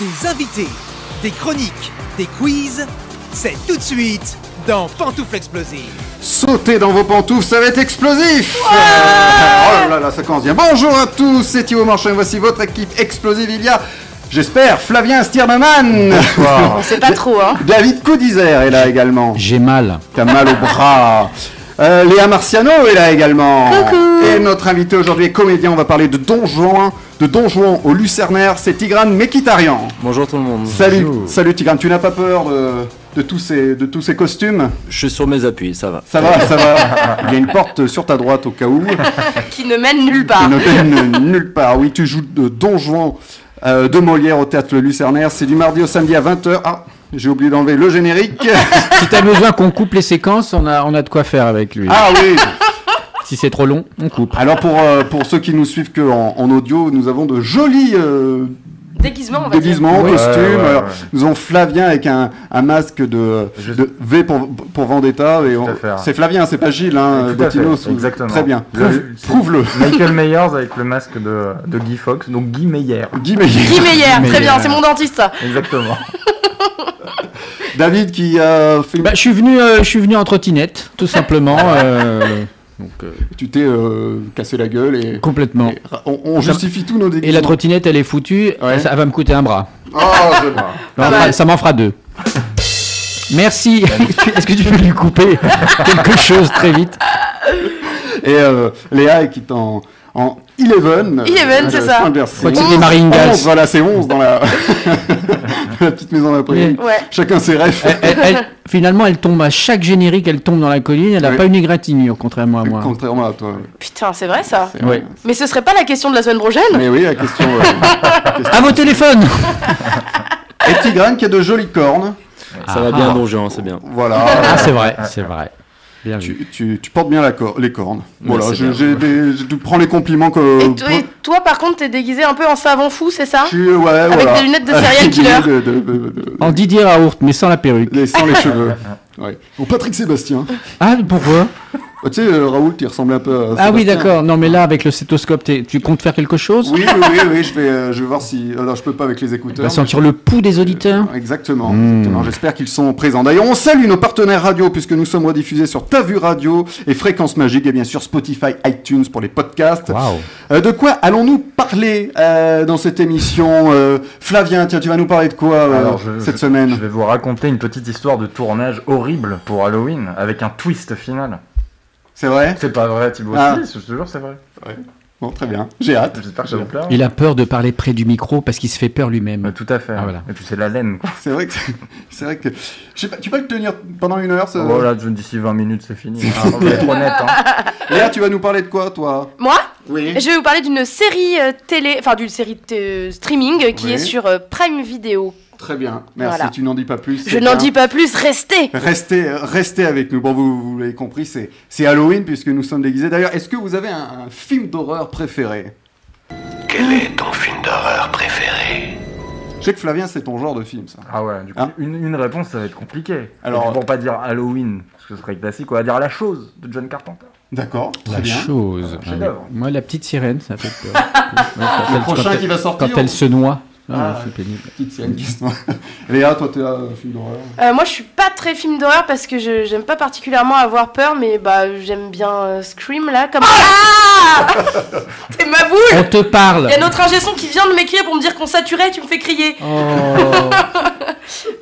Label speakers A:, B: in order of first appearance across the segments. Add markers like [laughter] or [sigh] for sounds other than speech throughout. A: Des invités, des chroniques, des quiz, c'est tout de suite dans Pantoufle Explosive.
B: Sautez dans vos pantoufles, ça va être explosif Oh là là, ça commence bien. Bonjour à tous, c'est Thibaut Marchand et voici votre équipe explosive. Il y a, j'espère, Flavien Stiermaman
C: On sait pas trop, hein.
B: David Coudizer est là également.
D: J'ai mal.
B: T'as mal au bras. Euh, Léa Marciano est là également.
C: Coucou.
B: Et notre invité aujourd'hui est comédien. On va parler de Don Juan, de Don Juan au Lucernaire. C'est Tigrane Mekitarian.
E: Bonjour tout le monde.
B: Salut, salut Tigrane. Tu n'as pas peur de, de tous ces, de tous ces costumes
E: Je suis sur mes appuis, ça va.
B: Ça va, ça va. Il y a une porte sur ta droite au cas où.
C: Qui ne mène nulle
B: Tu
C: part.
B: ne peines nulle part. Oui, tu joues de Don Juan euh, de Molière au théâtre Le Lucernaire. C'est du mardi au samedi à 20h. Ah, j'ai oublié d'enlever le générique.
D: Si t'as besoin qu'on coupe les séquences, on a, on a de quoi faire avec lui.
B: Ah oui.
D: Si c'est trop long, on coupe.
B: Alors pour, euh, pour ceux qui nous suivent que en, en audio, nous avons de jolis euh,
C: Déguisement, on va dire.
B: déguisements,
E: Oui.
B: costumes.
E: Ouais, ouais, ouais,
B: Alors,
E: ouais.
B: Nous avons Flavien avec un, un masque de,
F: Juste-
B: de V pour, pour Vendetta. Et on-
F: à fait.
B: c'est Flavien, c'est pas Gilles,
F: Tout
B: hein,
F: à fait,
B: Bottineau, sous-
F: exactement.
B: Très bien.
F: Le-
B: Prouve-
F: c'est-
B: Prouve-le.
F: Michael Myers avec le masque de, de Guy Fox, donc Guy Meyer.
B: Guy Meyer.
C: Guy Meyer,
D: Meyer.
C: très bien, c'est mon dentiste ça.
F: Exactement.
B: David qui a fait.
D: Bah, je suis venu, euh, je suis venu en trottinette, tout [laughs] simplement. euh, donc, euh,
B: tu t'es euh, cassé la gueule et.
D: complètement.
B: et on, on justifie tous nos déguisements.
D: Et la trottinette, elle est foutue.
B: Ouais.
D: Ça va me coûter un bras.
B: Oh, je-
D: Ça m'en
C: mal.
D: fera- ça m'en fera deux. [laughs] Merci. Est-ce que tu peux lui couper quelque chose très vite
B: Et euh, Léa qui est en, en 11. euh,
C: Eleven,
B: euh,
C: c'est ça.
B: point de Bercy.
D: Je crois que c'est des Maringals.
B: 11, voilà, c'est 11 dans la, la petite maison d'après.
C: Ouais.
B: Chacun ses rêves.
D: Elle- elle- Finalement, elle tombe à chaque générique, elle tombe dans la colline. Elle n'a
B: Oui.
D: pas une égratignure, contrairement à moi.
B: Contrairement à toi.
C: Putain, c'est vrai ça.
B: C'est-
D: Ouais.
C: Mais ce serait pas la question de la semaine prochaine
B: Mais oui, la question. euh,
D: À vos téléphones.
B: Et Tigrane qui a de jolies cornes.
E: Ça va bien, Don Juan, c'est bien.
D: Ah,
B: Voilà.
D: c'est vrai, c'est vrai. Bien vu.
B: tu, tu, tu portes bien la cor- les cornes. Voilà,
E: c'est
B: je,
E: bien.
B: j'ai des- je te prends les compliments que.
C: et, toi- et toi par contre, t'es déguisé un peu en savon fou, c'est ça
B: euh, Je suis- ouais, voilà.
C: des lunettes de serial killer.
B: De- de- de- de-
D: En Didier Raoult, mais sans la perruque.
B: de- sans
D: [laughs]
B: les cheveux. Ouais. Ou Patrick Sébastien.
D: Ah, pourquoi
B: Oh, tu sais, euh, Raoul, il ressemble un peu à.
D: Ah oui,
B: Sébastien.
D: d'accord. Non, mais là, avec le stéthoscope, t'es- tu comptes faire quelque chose
B: Oui, oui, oui, oui, je vais, euh, je vais voir si. Alors, je peux pas avec les
D: On
B: écouteurs.
D: va sentir Bah, le Hmm. pouls des auditeurs.
B: Exactement. exactement. J'espère qu'ils sont présents. D'ailleurs, on salue nos partenaires radio puisque nous sommes rediffusés sur Ta Vue Radio et Fréquence Magique et bien sûr Spotify, iTunes pour les podcasts. Euh, de quoi allons-nous parler euh, dans cette émission euh, Flavien, tiens, tu vas nous parler de quoi [laughs] euh,
F: Alors, je-
B: cette
F: je-
B: semaine
F: Je vais vous raconter une petite histoire de tournage horrible pour Halloween avec un twist final.
B: C'est vrai
F: C'est pas vrai, Thibaut
B: Ah.
F: Si, je te jure, c'est vrai.
B: Bon, très bien. J'ai hâte.
F: J'espère que ça vous plaira.
D: Il a peur de parler près du micro parce qu'il se fait peur
F: Mais
D: lui-même.
F: tout à fait.
D: Ah, voilà.
F: Et puis c'est la laine. Quoi.
B: C'est vrai que. [laughs] C'est vrai que. Je sais pas, tu peux le tenir pendant une heure ce...
F: Voilà, je- Oh d'ici 20 minutes, c'est fini. Ah, on va être honnête. hein.
B: Léa, tu vas nous parler de quoi, toi
C: Moi
B: Oui.
C: Je vais vous parler d'une série euh, télé, enfin d'une série euh, streaming euh, qui
B: Oui.
C: est sur euh, Prime Video.
B: Très bien. Merci,
C: Voilà.
B: tu n'en dis pas plus.
C: Je
B: c'est
C: n'en
B: bien.
C: dis pas plus, restez
B: Restez, restez avec nous. Bon, vous, vous l'avez compris, c'est c'est Halloween puisque nous sommes déguisés. D'ailleurs, est-ce que vous avez un, un film d'horreur préféré
G: Quel est ton film d'horreur préféré
B: Je sais que Flavien, c'est ton genre de film, ça.
F: Ah ouais, du coup,
B: Hein
F: une, une réponse, ça va être compliqué.
B: Alors-
F: Alors, pour pas dire Halloween, parce que ce serait classique, on va dire La Chose de John Carpenter.
B: D'accord, très
D: La
B: bien.
D: chose.
F: Un chef-d'œuvre.
D: Moi, la petite sirène, ça fait peur. Quand elle-
B: prochain
D: quand elle-
B: qui va sortir,
D: Quand elle
B: on-
D: se noie. Ah,
B: Ah,
D: c'est pénible.
B: Petite scène qui se- [laughs] Léa, toi, t'es là, euh, film d'horreur
C: Euh, moi, je suis pas très film d'horreur parce que je j'aime pas particulièrement avoir peur, mais bah j'aime bien euh, Scream là, comme. Ah
B: [laughs]
C: C'est ma boule
B: Ah
D: On te parle.
C: Il y a notre ingé son qui vient de m'écrire pour me dire qu'on saturait, tu me fais crier.
D: Oh.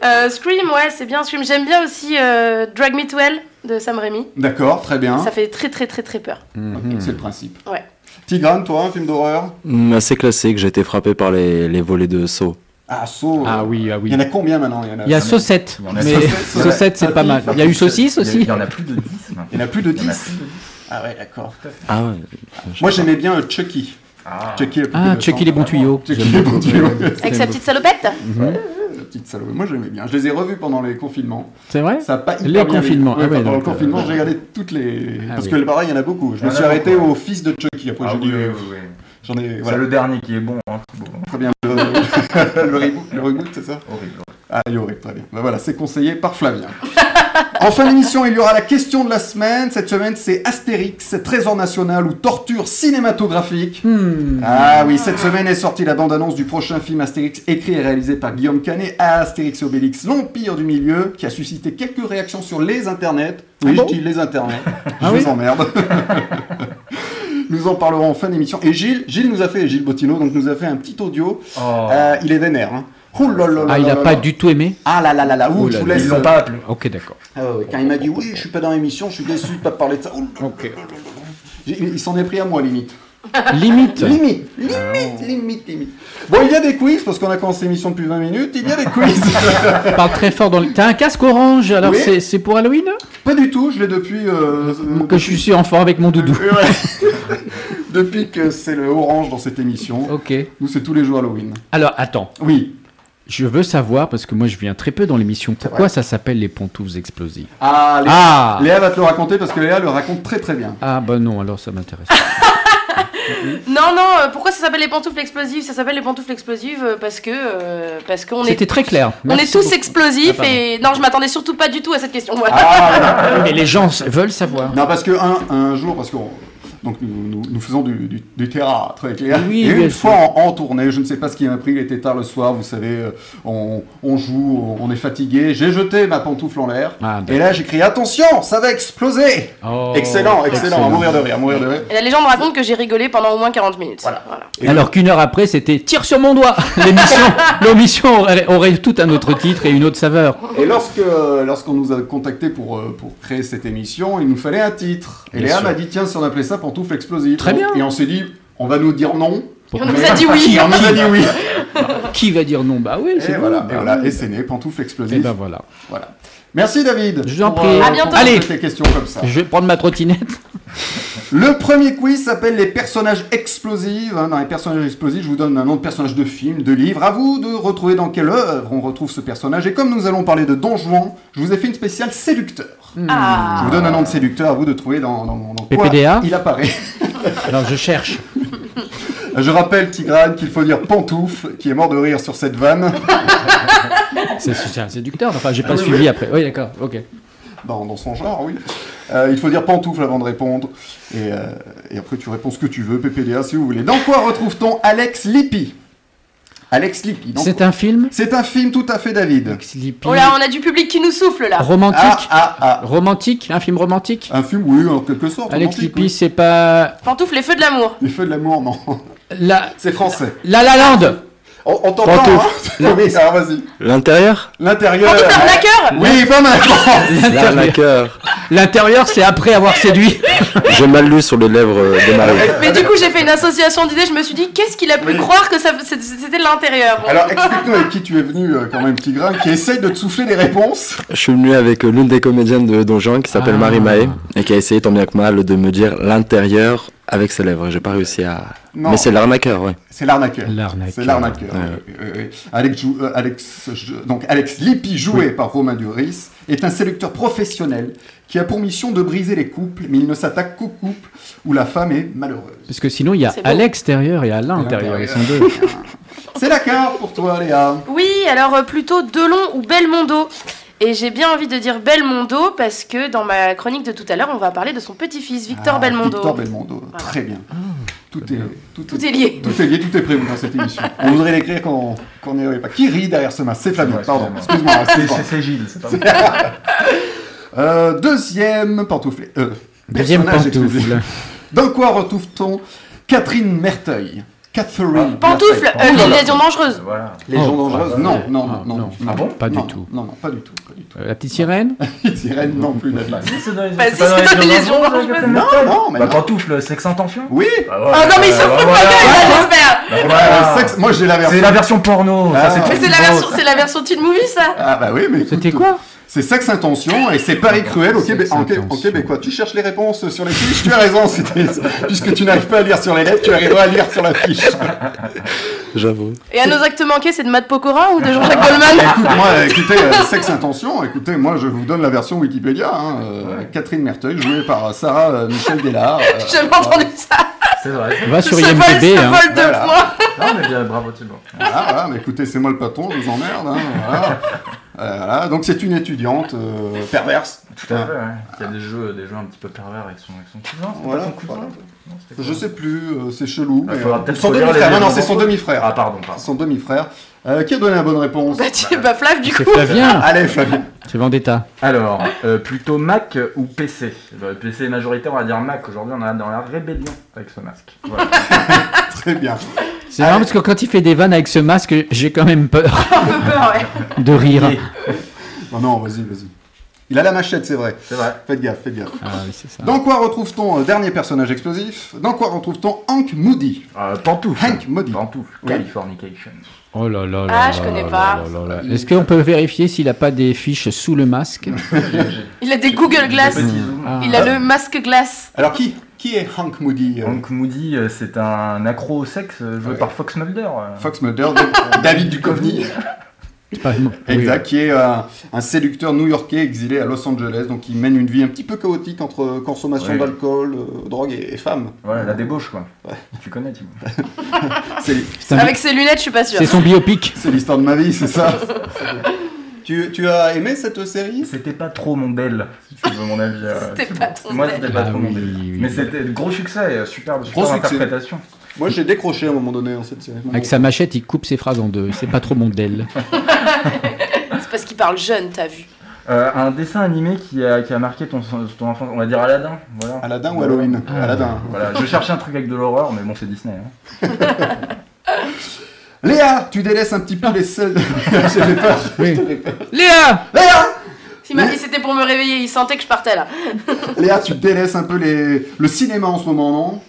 C: Euh, Scream, ouais, c'est bien Scream. J'aime bien aussi euh, Drag Me to Hell de Sam Raimi.
B: D'accord, très
D: Hein
B: bien.
C: Ça fait très très très très peur.
B: Ok,
D: Mhm.
B: C'est le principe.
C: Ouais.
B: Tigrane, toi, un film d'horreur
E: Hum, assez classique, j'ai été frappé par les, les volets de saut.
B: Ah, Saw.
D: Ah oui, ah
B: Il
D: oui.
B: y en a combien maintenant Il y en a,
D: Il y a saucette.
F: Il y en a
D: Mais
B: saucette, ouais.
D: saucette, c'est pas mal. Il y a eu
F: Il
D: saucisse
F: y a-
D: aussi
F: Il y en a plus de 10 maintenant.
B: Il y en a plus de
F: Il y en a
B: 10.
F: plus de 10.
B: Ah ouais, d'accord.
E: Ah ouais.
B: Moi, j'aimais bien euh, Chucky.
F: Ah.
B: Chucky, le
D: Ah,
B: petit
D: Chucky
B: innocent.
D: les bons tuyaux.
B: Chucky les bons tuyaux. [laughs]
C: Avec sa petite salopette
B: La petite salope. Moi, j'aimais bien. Je les ai revus pendant les confinements.
D: C'est vrai
B: Ça a pas hyper bien
D: Les confinements,
B: vécu.
D: ah ouais,
B: pendant
D: donc,
B: le confinement,
D: euh,
B: j'ai regardé toutes les.
D: Ah
B: Parce
D: oui.
B: que pareil, il y en a beaucoup.
F: Il
B: Je
F: y
B: me
F: en
B: suis
F: a
B: arrêté
F: beaucoup.
B: au fils de Chucky. Après,
F: Ah
B: j'ai
F: oui,
B: dit.
F: oui,
B: euh,
F: oui, oui.
B: J'en ai.
F: C'est
B: Voilà,
F: le dernier qui est bon. hein, Thibaut. [laughs]
B: très bien. Le, le reboot, le reboot, c'est ça
F: Horrible.
B: Ben Ah, Yorick, très bien. Bah voilà, c'est conseillé par Flavien. [laughs] En fin d'émission, il y aura la question de la semaine. Cette semaine, c'est Astérix, Trésor National ou Torture Cinématographique.
D: Hmm.
B: Ah oui, cette semaine est sortie la bande-annonce du prochain film Astérix, écrit et réalisé par Guillaume Canet, Astérix et Obélix, l'Empire du Milieu, qui a suscité quelques réactions sur les internets.
D: Ah
B: Oui, je dis les internets. je vous
D: [laughs]
B: emmerde. Nous en parlerons en fin d'émission. Et Gilles, Gilles nous a fait, Gilles Bottineau, donc nous a fait un petit audio.
F: Oh.
B: Euh, il est vénère. Hein. Ouh là là là
D: Ah, il
B: là
D: a
B: là
D: pas
B: là.
D: du tout aimé
B: Ah là là là là, ouh,
D: Ouh
B: je
D: là
B: vous
D: là.
B: laisse.
F: Ils l'ont pas appelé.
D: Ok, d'accord.
B: Ah ouais, quand il m'a dit oui, je suis pas dans l'émission, je suis déçu de pas parler de ça. Ouh là
D: Ok.
B: là là là. J'ai- Il s'en est pris à moi limite.
D: Limite.
B: Limite, limite,
D: Ah.
B: limite, limite. Bon, il y a des quiz parce qu'on a commencé l'émission depuis 20 minutes. Il y a des quiz.
D: [laughs] Parle très fort dans le. T'as un casque orange, alors
B: Oui.
D: c'est- c'est pour Halloween hein
B: pas du tout, je l'ai depuis. euh,
D: Que je suis enfant avec mon doudou.
B: depuis- [laughs] Ouais. depuis que c'est le orange dans cette émission.
D: [laughs] Ok.
B: Nous, c'est tous les jours Halloween.
D: Alors, attends.
B: Oui.
D: Je veux savoir, parce que moi je viens très peu dans l'émission, pourquoi ça s'appelle les pantoufles explosives
B: Ah, Léa,
D: Ah
B: Léa va te le raconter parce que Léa le raconte très très bien.
D: Ah bah non, alors ça m'intéresse.
C: Non, non, euh, pourquoi ça s'appelle les pantoufles explosives Ça s'appelle les pantoufles explosives euh, parce que. euh, parce qu'on est.
D: C'était très clair.
C: On est
D: Merci
C: tous
D: beaucoup.
C: explosifs
D: Ah, pardon.
C: et. Non, je m'attendais surtout pas du tout à cette question. Voilà.
B: Ah, voilà.
D: Mais les gens s- veulent savoir.
B: Non, parce que un, un jour, parce que donc nous, nous, nous faisons du, du, du théâtre avec Léa.
D: Oui,
B: et
D: bien
B: une
D: sûr.
B: fois en, en tournée, je ne sais pas ce qui m'a pris, il était tard le soir, vous savez, euh, on, on joue, on est fatigué. J'ai jeté ma pantoufle en l'air.
D: Ah,
B: et là, j'ai crié Attention, ça va exploser
D: Oh,
B: Excellent, excellent, à mourir de rire, à mourir de rire.
C: Et la légende raconte que j'ai rigolé pendant au moins 40 minutes.
B: Voilà. Et
D: Alors qu'une heure après, c'était Tire sur mon doigt L'émission l'émission aurait, aurait tout un autre titre et une autre saveur.
B: Et lorsque lorsqu'on nous a contactés pour, euh, pour créer cette émission, il nous fallait un titre. Et
D: Bien
B: Léa
D: sûr.
B: m'a dit tiens, si on appelait ça pantoufle explosive.
D: Très bien.
B: Et on s'est dit on va nous dire non.
C: Et on nous a dit oui.
B: Et [laughs] on nous a dit
D: [laughs]
B: oui.
D: Qui va dire non Bah oui,
B: Et
D: c'est
B: voilà,
D: bon,
B: et
D: bah
B: voilà,
D: oui.
B: et c'est né, pantoufle explosive.
D: Et ben voilà.
B: Voilà. Merci David.
D: Je vous en
B: pour,
D: prie.
C: À bientôt.
B: pour
D: Allez.
B: toutes tes questions comme ça.
D: Je vais prendre ma trottinette.
B: Le premier quiz s'appelle les personnages explosifs. hein. Dans les personnages explosifs, je vous donne un nom de personnage de film, de livre. À vous de retrouver dans quelle œuvre on retrouve ce personnage. Et comme nous allons parler de Don Juan, je vous ai fait une spéciale séducteur. Je
D: Hmm.
C: Ah.
B: vous donne un nom de séducteur à vous de trouver dans, dans, dans quoi
D: PPDA.
B: il apparaît. [laughs]
D: Alors je cherche.
B: Je rappelle, Tigrane, qu'il faut dire Pantouf, qui est mort de rire sur cette vanne
D: C'est c'est un séducteur. Enfin, j'ai pas suivi après. Oui, d'accord. Ok.
B: dans, dans son genre, oui. Euh, il faut dire pantoufle avant de répondre. Et, euh, et après, tu réponds ce que tu veux, PPDA, si vous voulez. Dans quoi retrouve-t-on Alex Lippi Alex Lippi. dans
D: C'est
B: quoi
D: un film.
B: C'est un film tout à fait David.
D: Sleepy.
C: Oh là, on a du public qui nous souffle là.
B: Ah,
D: Romantique.
B: ah, ah.
D: Romantique. Un film romantique.
B: Un film, oui, en quelque sorte.
D: Alex
B: romantique,
D: Lippi, c'est pas
C: Pantoufles, les feux de l'amour.
B: oui. Les feux de l'amour, non. [laughs]
D: la
B: C'est français.
D: La La Land.
B: On, on t'entend,
D: Pantoufle.
B: hein [laughs] Oui, alors vas-y.
E: L'intérieur
D: Euh,
B: L'intérieur.
C: Pantoufles, l'arnaqueur
B: Oui, pas mal. [laughs]
E: L'arnaqueur.
D: L'intérieur, c'est après avoir séduit.
E: J'ai mal lu sur les lèvres euh, de Marie.
C: Mais du coup, j'ai fait une association d'idées. Je me suis dit, qu'est-ce qu'il a pu
B: Oui.
C: croire que ça- c'est- c'était de l'intérieur Bon.
B: Alors, explique-nous avec qui tu es venu, euh, quand même, Tigrane, qui essaye de te souffler des réponses.
E: Je suis venu avec euh, l'une des comédiennes de Don Juan qui s'appelle
D: Ah.
E: Marie Maé et qui a essayé tant bien que mal de me dire l'intérieur avec ses lèvres. J'ai pas réussi à.
B: Non.
E: Mais c'est l'arnaqueur, ouais.
B: C'est l'arnaqueur.
D: L'arnaqueur.
B: C'est l'arnaqueur.
E: Ouais.
B: oui, oui, oui. Alex, Jou- euh, Alex, je- donc Alex Lippi, joué par Romain Duris, est un séducteur professionnel qui a pour mission de briser les couples, mais il ne s'attaque qu'aux couples où la femme est malheureuse.
D: Parce que sinon, il y a
C: C'est beau.
D: à l'extérieur et à l'intérieur. Ils sont [laughs] deux.
B: C'est la carte pour toi, Léa.
C: Oui, alors euh, plutôt Delon ou Belmondo. Et j'ai bien envie de dire Belmondo parce que dans ma chronique de tout à l'heure, on va parler de son petit-fils [laughs] Victor
B: Ah,
C: Belmondo.
B: Victor Belmondo.
C: Voilà.
B: Très bien. Tout est, tout,
C: Tout est lié.
B: Tout est lié, tout est prévu dans cette
C: [laughs]
B: émission. On voudrait l'écrire quand quand on n'y arrive pas. Qui rit derrière ce masque C'est Flavien,
F: Ouais,
B: pardon. Excuse-moi,
F: excuse-moi. Ah, C'est-
B: c'est moi
F: C'est
H: [laughs]
F: c'est Gilles, c'est pas moi.
B: Euh, deuxième pantoufle. euh,
D: Deuxième
B: personnage
D: pantoufle.
B: exclusif. Dans quoi retrouve-t-on Catherine Merteuil Catherine.
C: Pantoufle,
B: Merteuil.
C: euh,
B: Oh là là.
C: l'évasion dangereuse.
F: Voilà.
B: Les gens
D: Oh,
B: dangereuses
F: ah,
B: Non,
F: ouais.
B: non,
D: Ah,
B: non,
D: non.
B: non.
F: Ah bon
D: Pas du
B: Non,
D: tout.
B: Non, non, pas du tout. Pas du tout.
D: Euh, La petite sirène
B: Sirène non plus, David.
F: Si, c'est dans les
C: Bah, si,
F: pas
C: c'est dans les
F: urgences,
C: urgences,
F: euh, Captain
B: Non,
F: Marvel.
B: non, mais
F: Bah,
B: non.
F: pantoufle, sexe intention
B: Oui
C: Ah non, mais ils se foutent de ma gueule, là, j'espère.
D: bah
B: Euh, sexe- Moi j'ai la version.
F: C'est la version porno,
B: Ah.
F: ça c'est
C: Mais c'est la
D: Bah,
F: trop
C: version,
F: drôle.
C: c'est la version teen movie ça.
B: Ah bah oui, mais. écoute,
D: C'était quoi
B: C'est Sexe Intention et c'est Paris Cruel au
D: Sexe
B: Québec. En, Qué- en
D: Intention.
B: québécois. Tu cherches les réponses sur les fiches, tu as raison. c'était- Puisque tu n'arrives pas à lire sur les lettres, tu arriveras à lire sur la fiche.
E: J'avoue.
C: Et à nos actes manqués, c'est de Matt Pokora ou de Jean-Jacques [laughs]
D: Ah.
C: Goldman
B: Écoute, moi, écoutez, euh, sexe intention, écoutez, moi je vous donne la version Wikipédia. hein, euh, Catherine Merteuil, jouée par euh, Sarah euh, Michel Dellard. euh,
C: J'ai jamais entendu ça.
F: C'est vrai.
D: Va
C: Ce
D: sur
C: vol, ce
D: IMDB. hein.
C: vol de
B: Voilà.
C: points.
F: Non, mais bien, bravo Thibaut.
B: voilà, voilà, mais écoutez, c'est moi le patron, je vous emmerde. hein, voilà. Euh, voilà, donc c'est une étudiante euh, perverse
F: Tout à fait, ouais. Il y a des jeux, des jeux un petit peu pervers avec son, avec son cousin. C'était
B: Voilà,
F: pas son cousin
B: voilà.
F: Non, c'était quoi
B: Je sais plus, euh, c'est chelou.
F: Ah,
B: mais,
F: faudra
B: euh,
F: peut-être
B: son
F: relire les
B: demi-frère, non, non,
F: éléments
B: c'est son
F: vocaux.
B: demi-frère.
F: Ah, pardon, pardon.
B: Son demi-frère. Euh, qui a donné la bonne réponse
C: Bah, tu- bah, Flav, du coup.
D: C'est Flavien,
B: [laughs] Allez, Flavien.
D: c'est Vendetta.
F: Alors, euh, plutôt Mac ou PC Le PC majoritaire, on va dire Mac. Aujourd'hui, on est dans la rébellion avec ce masque. Voilà.
B: Très bien.
D: C'est marrant parce que quand il fait des vannes avec ce masque, j'ai quand même peur [laughs]
C: peur, ouais.
D: de rire.
F: Et-
B: Non, non, vas-y, vas-y. Il a la machette, c'est vrai.
F: C'est vrai.
B: Faites gaffe, faites gaffe.
D: Ah oui, c'est ça.
B: Dans quoi retrouve-t-on, euh, dernier personnage explosif, dans quoi retrouve-t-on Hank Moody
F: Euh, pantoufle.
B: Hank Moody.
F: Pantoufle.
B: Oui.
C: [laughs]
F: Californication.
D: Oh là là là.
C: Ah,
D: là
C: je connais
D: là
C: pas.
D: là là là là. Est-ce qu'on peut vérifier s'il a pas des fiches sous le masque
C: Il a des Google Glass.
F: Petit zoom.
D: Ah.
C: Il a le masque glace.
B: Alors, qui, qui est Hank Moody euh,
F: Hank Moody, euh, c'est un accro au sexe euh, joué
B: Ouais.
F: par Fox Mulder. euh.
B: Fox
F: [laughs]
B: Mulder, donc, David Duchovny,
D: C'est pas- oui.
B: exact, qui est euh, un séducteur new-yorkais exilé à Los Angeles, donc il mène une vie un petit peu chaotique entre euh, consommation
F: Oui.
B: d'alcool, euh, drogue et, et femme.
F: Voilà, la débauche, quoi. Tu connais, tu vois.
B: C'est
D: C'est un bi-
C: Avec ses lunettes, je suis pas sûre. hein.
D: C'est son biopic.
B: c'est l'histoire de ma vie, c'est ça tu, tu as aimé cette série
F: C'était pas trop mon bel, si tu veux mon avis. euh,
C: C'était
F: c'est
C: pas
F: bon.
C: trop
F: Moi,
C: bel.
F: c'était pas
D: Ah
F: trop mon
D: oui,
F: bel.
D: oui, oui.
F: Mais c'était gros succès, euh, superbe,
B: Gros
F: super
B: succès.
F: interprétation.
B: Moi, j'ai décroché à un moment donné en cette série.
D: Avec sa machette, il coupe ses phrases en deux. C'est pas trop mon d'elle.
C: C'est parce qu'il parle jeune, t'as vu.
F: Euh, un dessin animé qui a, qui a marqué ton, ton enfance, on va dire Aladdin. Voilà.
B: Aladdin ou Halloween
D: Ah.
B: Aladdin.
F: Voilà, je cherchais un truc avec de l'horreur, mais bon, c'est Disney. hein.
B: Léa, tu délaisses un petit peu les seuls. [laughs] J'avais peur.
D: Oui. Léa
B: Léa
C: Il m'a dit c'était pour me réveiller, il sentait que je partais là.
B: Léa, tu délaisses un peu les... le cinéma en ce moment, non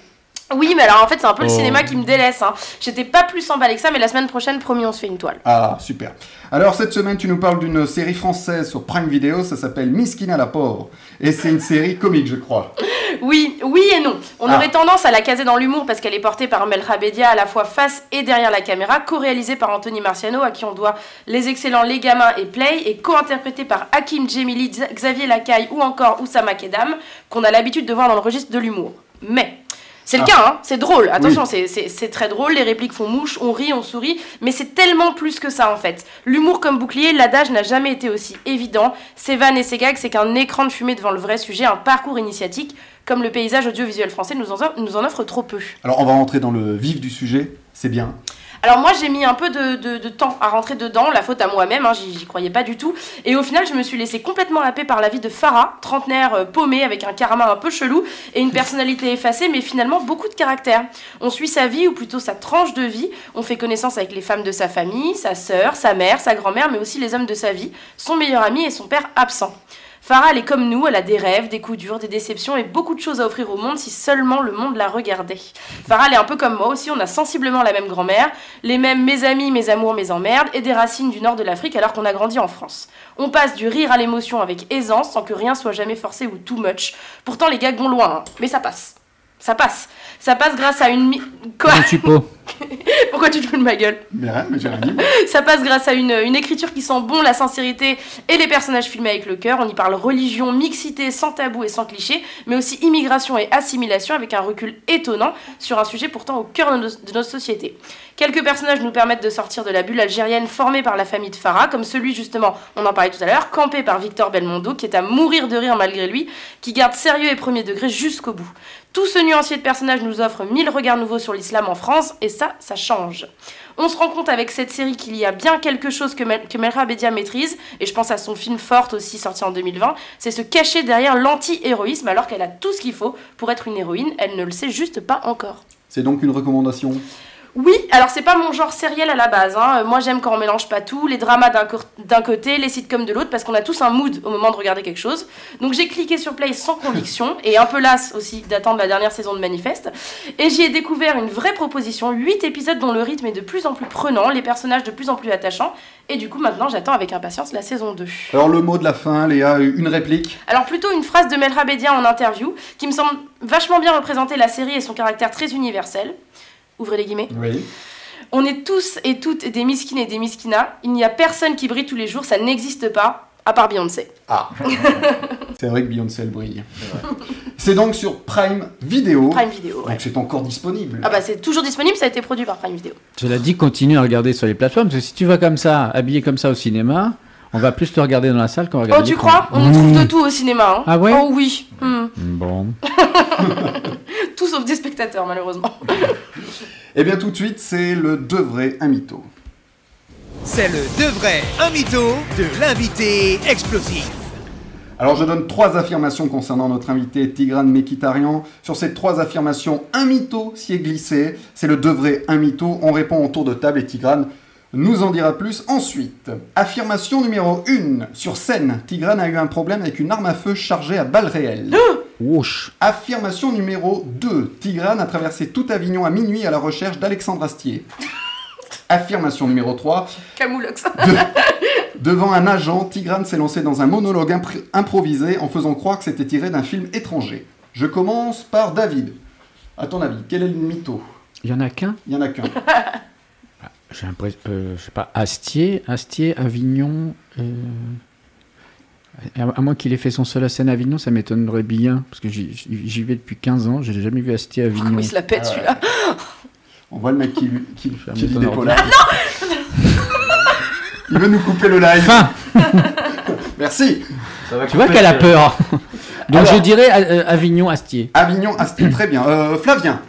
C: Oui, mais alors en fait, c'est un peu le
D: Oh.
C: cinéma qui me délaisse. hein. J'étais pas plus emballée que ça, mais la semaine prochaine, promis, on se fait une toile.
B: Ah, super. Alors, cette semaine, tu nous parles d'une série française sur Prime Video, ça s'appelle Miskina la pauvre. Et c'est une série comique, je crois.
C: Oui, oui et non. On
B: Ah.
C: aurait tendance à la caser dans l'humour parce qu'elle est portée par Melra Bedia à la fois face et derrière la caméra, co-réalisée par Anthony Marciano, à qui on doit les excellents Les Gamins et Play, et co-interprétée par Hakim Djemili, Xa- Xavier Lacaille ou encore Oussama Kedam, qu'on a l'habitude de voir dans le registre de l'humour. Mais. C'est le
B: Ah.
C: cas, hein, c'est drôle, attention, c'est- c'est c'est très drôle, les répliques font mouche, on rit, on sourit, mais c'est tellement plus que ça en fait. L'humour comme bouclier, l'adage n'a jamais été aussi évident. Ses vannes et ses gags, c'est qu'un écran de fumée devant le vrai sujet, un parcours initiatique, comme le paysage audiovisuel français nous en, offre- nous en offre trop peu.
B: Alors, on va rentrer dans le vif du sujet, c'est bien.
C: Alors moi j'ai mis un peu de, de- de temps à rentrer dedans, la faute à moi-même, hein, j'y j'y croyais pas du tout. Et au final je me suis laissée complètement happer par la vie de Farah, trentenaire euh, paumée avec un karma un peu chelou et une personnalité effacée mais finalement beaucoup de caractère. On suit sa vie ou plutôt sa tranche de vie, on fait connaissance avec les femmes de sa famille, sa sœur, sa mère, sa grand-mère mais aussi les hommes de sa vie, son meilleur ami et son père absent. Farah, elle est comme nous, elle a des rêves, des coups durs, des déceptions et beaucoup de choses à offrir au monde si seulement le monde la regardait. Farah, elle est un peu comme moi aussi, on a sensiblement la même grand-mère, les mêmes mes amis, mes amours, mes emmerdes, et des racines du nord de l'Afrique alors qu'on a grandi en France. On passe du rire à l'émotion avec aisance, sans que rien soit jamais forcé ou too much. Pourtant, les gags vont loin, hein, mais ça passe. Ça passe. Ça passe grâce à une... mi- Quoi
D: [laughs] Je suppose.
C: Pourquoi tu te fous de ma gueule
B: Mais rien, mais j'ai rien dit.
C: ça passe grâce à une, une écriture qui sent bon la sincérité et les personnages filmés avec le cœur. On y parle religion, mixité, sans tabou et sans cliché, mais aussi immigration et assimilation avec un recul étonnant sur un sujet pourtant au cœur de, nos- de notre société. Quelques personnages nous permettent de sortir de la bulle algérienne formée par la famille de Farah, comme celui justement, on en parlait tout à l'heure, campé par Victor Belmondo, qui est à mourir de rire malgré lui, qui garde sérieux et premier degré jusqu'au bout. Tout ce nuancier de personnages nous offre mille regards nouveaux sur l'islam en France, et ça, ça change. On se rend compte avec cette série qu'il y a bien quelque chose que, Mel- que Melra Bedia maîtrise, et je pense à son film Forte aussi sorti en 2020, c'est se cacher derrière l'anti-héroïsme alors qu'elle a tout ce qu'il faut pour être une héroïne, elle ne le sait juste pas encore.
B: C'est donc une recommandation.
C: Oui, alors c'est pas mon genre sériel à la base. hein. Euh, Moi j'aime quand on mélange pas tout, les dramas d'un co- d'un côté, les sitcoms de l'autre, parce qu'on a tous un mood au moment de regarder quelque chose. Donc j'ai cliqué sur Play sans conviction, et un peu lasse aussi d'attendre la dernière saison de Manifeste. Et j'y ai découvert une vraie proposition, 8 épisodes dont le rythme est de plus en plus prenant, les personnages de plus en plus attachants, et du coup maintenant j'attends avec impatience la saison 2.
B: Alors, le mot de la fin, Léa, une réplique.
C: Alors plutôt une phrase de Melra Bedia en interview, qui me semble vachement bien représenter la série et son caractère très universel. Ouvrez les guillemets.
B: Oui.
C: On est tous et toutes des miskines et des miskinas. Il n'y a personne qui brille tous les jours, ça n'existe pas, à part Beyoncé.
B: Ah C'est vrai que Beyoncé, elle brille. C'est donc sur Prime Video.
C: Prime Video. ouais.
B: Donc, c'est encore disponible.
C: Ah bah c'est toujours disponible, ça a été produit par Prime Video.
D: Cela dit, continue à regarder sur les plateformes, parce que si tu vas comme ça, habillé comme ça au cinéma, On va plus te regarder dans la salle qu'on
C: Oh,
D: va regarder.
C: tu
D: l'écran.
C: crois On
D: Mmh.
C: trouve de tout au cinéma. hein.
D: Ah ouais
C: Oh oui. Hmm. [laughs]
D: Bon.
C: Tout sauf des spectateurs, malheureusement. [laughs]
B: Eh bien, tout de suite, c'est le de vrai, un mytho.
A: C'est le de vrai, un mytho de l'invité explosif.
B: Alors, je donne trois affirmations concernant notre invité Tigrane Mekitarian. Sur ces trois affirmations, un mytho s'y est glissé. C'est le de vrai, un mytho. On répond en tour de table et Tigrane nous en dira plus ensuite. Affirmation numéro 1. Sur scène, Tigrane a eu un problème avec une arme à feu chargée à balles réelles.
D: Wouch.
B: Affirmation numéro 2. Tigrane a traversé tout Avignon à minuit à la recherche d'Alexandre Astier. Affirmation numéro 3.
C: Camoulox. hein.
B: Devant un agent, Tigrane s'est lancé dans un monologue impr- improvisé en faisant croire que c'était tiré d'un film étranger. Je commence par David. À ton avis, quel est le mytho
D: Il y en a qu'un
B: Il y en a qu'un.
D: J'ai l'impression. euh, je sais pas. Astier, Astier, Avignon. euh, À à moins qu'il ait fait son seul à scène à Avignon, ça m'étonnerait bien. Parce que j'y- j'y j'y vais depuis 15 ans, j'ai jamais vu
C: Ah
D: Astier à Avignon.
C: Il se la pète, celui-là.
B: On voit le mec qui, qui,
D: Ferme
B: qui lit
D: ton
B: des
D: ordi.
B: polars. Il veut nous couper le live.
D: Fin
B: Merci.
F: Ça va
D: Tu vois
F: couper,
D: qu'elle a
F: c'est-
D: peur [laughs] Donc
B: Alors.
D: je dirais euh, Avignon, Astier.
B: Avignon, Astier, très bien. Euh, Flavien,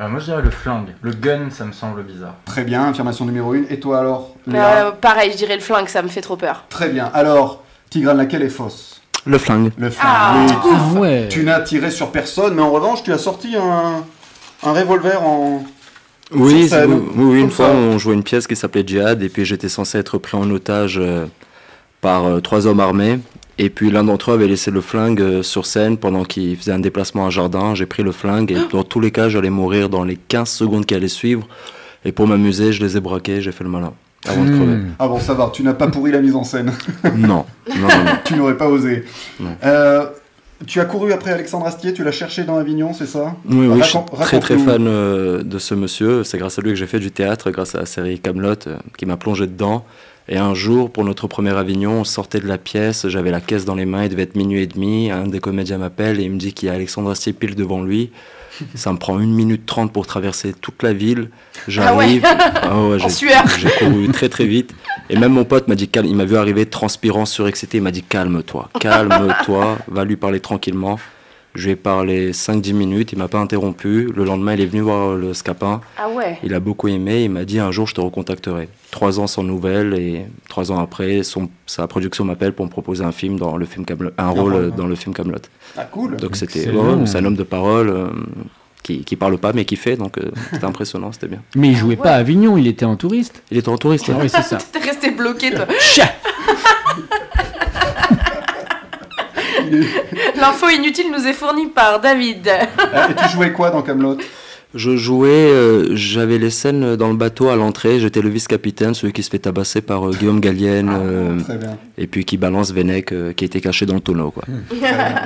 F: Euh, moi je dirais le flingue. Le gun, ça me semble bizarre.
B: très bien. Affirmation numéro 1. Et toi alors Léa
C: Euh, pareil, je dirais le flingue, ça me fait trop peur.
B: Très bien. Alors, Tigrane, laquelle est fausse
E: Le flingue.
B: Le
C: Ah,
B: flingue.
D: Ah ouais
B: Tu n'as tiré sur personne, mais en revanche, tu as sorti un, un revolver en.
E: Oui,
B: Sur scène.
E: oui, oui,
B: Comme
E: une fois
B: ça.
E: on jouait une pièce qui s'appelait Djihad et puis j'étais censé être pris en otage euh, par euh, trois hommes armés. Et puis l'un d'entre eux avait laissé le flingue euh, sur scène pendant qu'il faisait un déplacement à un jardin. J'ai pris le flingue et dans tous les cas j'allais mourir dans les 15 secondes qui allaient suivre. Et pour m'amuser, je les ai braqués, j'ai fait le malin avant de crever.
B: Ah bon, ça va, tu n'as pas pourri la mise en scène. [laughs]
E: Non, non, non, non.
B: tu n'aurais pas osé.
E: Non.
B: Euh, tu as couru après Alexandre Astier, tu l'as cherché dans Avignon, c'est ça
E: Oui, oui, je suis
B: Racon-
E: très très
B: raconte-nous.
E: fan euh, de ce monsieur. C'est grâce à lui que j'ai fait du théâtre, grâce à la série Camelot, euh, qui m'a plongé dedans. Et un jour, pour notre premier Avignon, on sortait de la pièce, j'avais la caisse dans les mains, il devait être minuit et demi. Un des comédiens m'appelle et il me dit qu'il y a Alexandre Astier pile devant lui. Ça me prend une minute trente pour traverser toute la ville. J'arrive. Ah ouais, j'ai-
C: sueur.
E: J'ai couru très très vite. Et même mon pote m'a dit calme. Il m'a vu arriver transpirant, surexcité. Il m'a dit calme-toi, calme-toi. [laughs] Va lui parler tranquillement. Je lui ai parlé 5-10 minutes, il m'a pas interrompu. Le lendemain, il est venu voir le scapin.
C: Ah ouais.
E: Il a beaucoup aimé. Il m'a dit un jour, je te recontacterai. Trois ans sans nouvelles et trois ans après, son- sa production m'appelle pour me proposer un film dans le film Camelot, un rôle
B: rôle,
E: euh,
B: hein.
E: dans le film Camelot.
B: Ah cool.
E: Donc c'était
D: Excellent.
E: ouais, ouais, c'est un homme de parole euh, qui qui parle pas mais qui fait. Donc euh, c'était impressionnant, c'était bien.
D: Mais il jouait pas à Avignon, il était en touriste.
E: Il était en touriste.
D: Ah
E: hein.
D: oui, [laughs] c'est ça.
C: T'es resté bloqué,
D: [laughs]
C: toi.
D: Chat
C: [laughs] L'info inutile nous est fournie par David.
B: Ah, Et tu jouais quoi dans Camelot
E: Je jouais, euh, j'avais les scènes dans le bateau à l'entrée, j'étais le vice-capitaine, celui qui se fait tabasser par euh, Guillaume Gallienne, euh,
B: Très bien.
E: et puis qui balance Venec euh, qui était caché dans le tonneau. Quoi.
B: Très bien.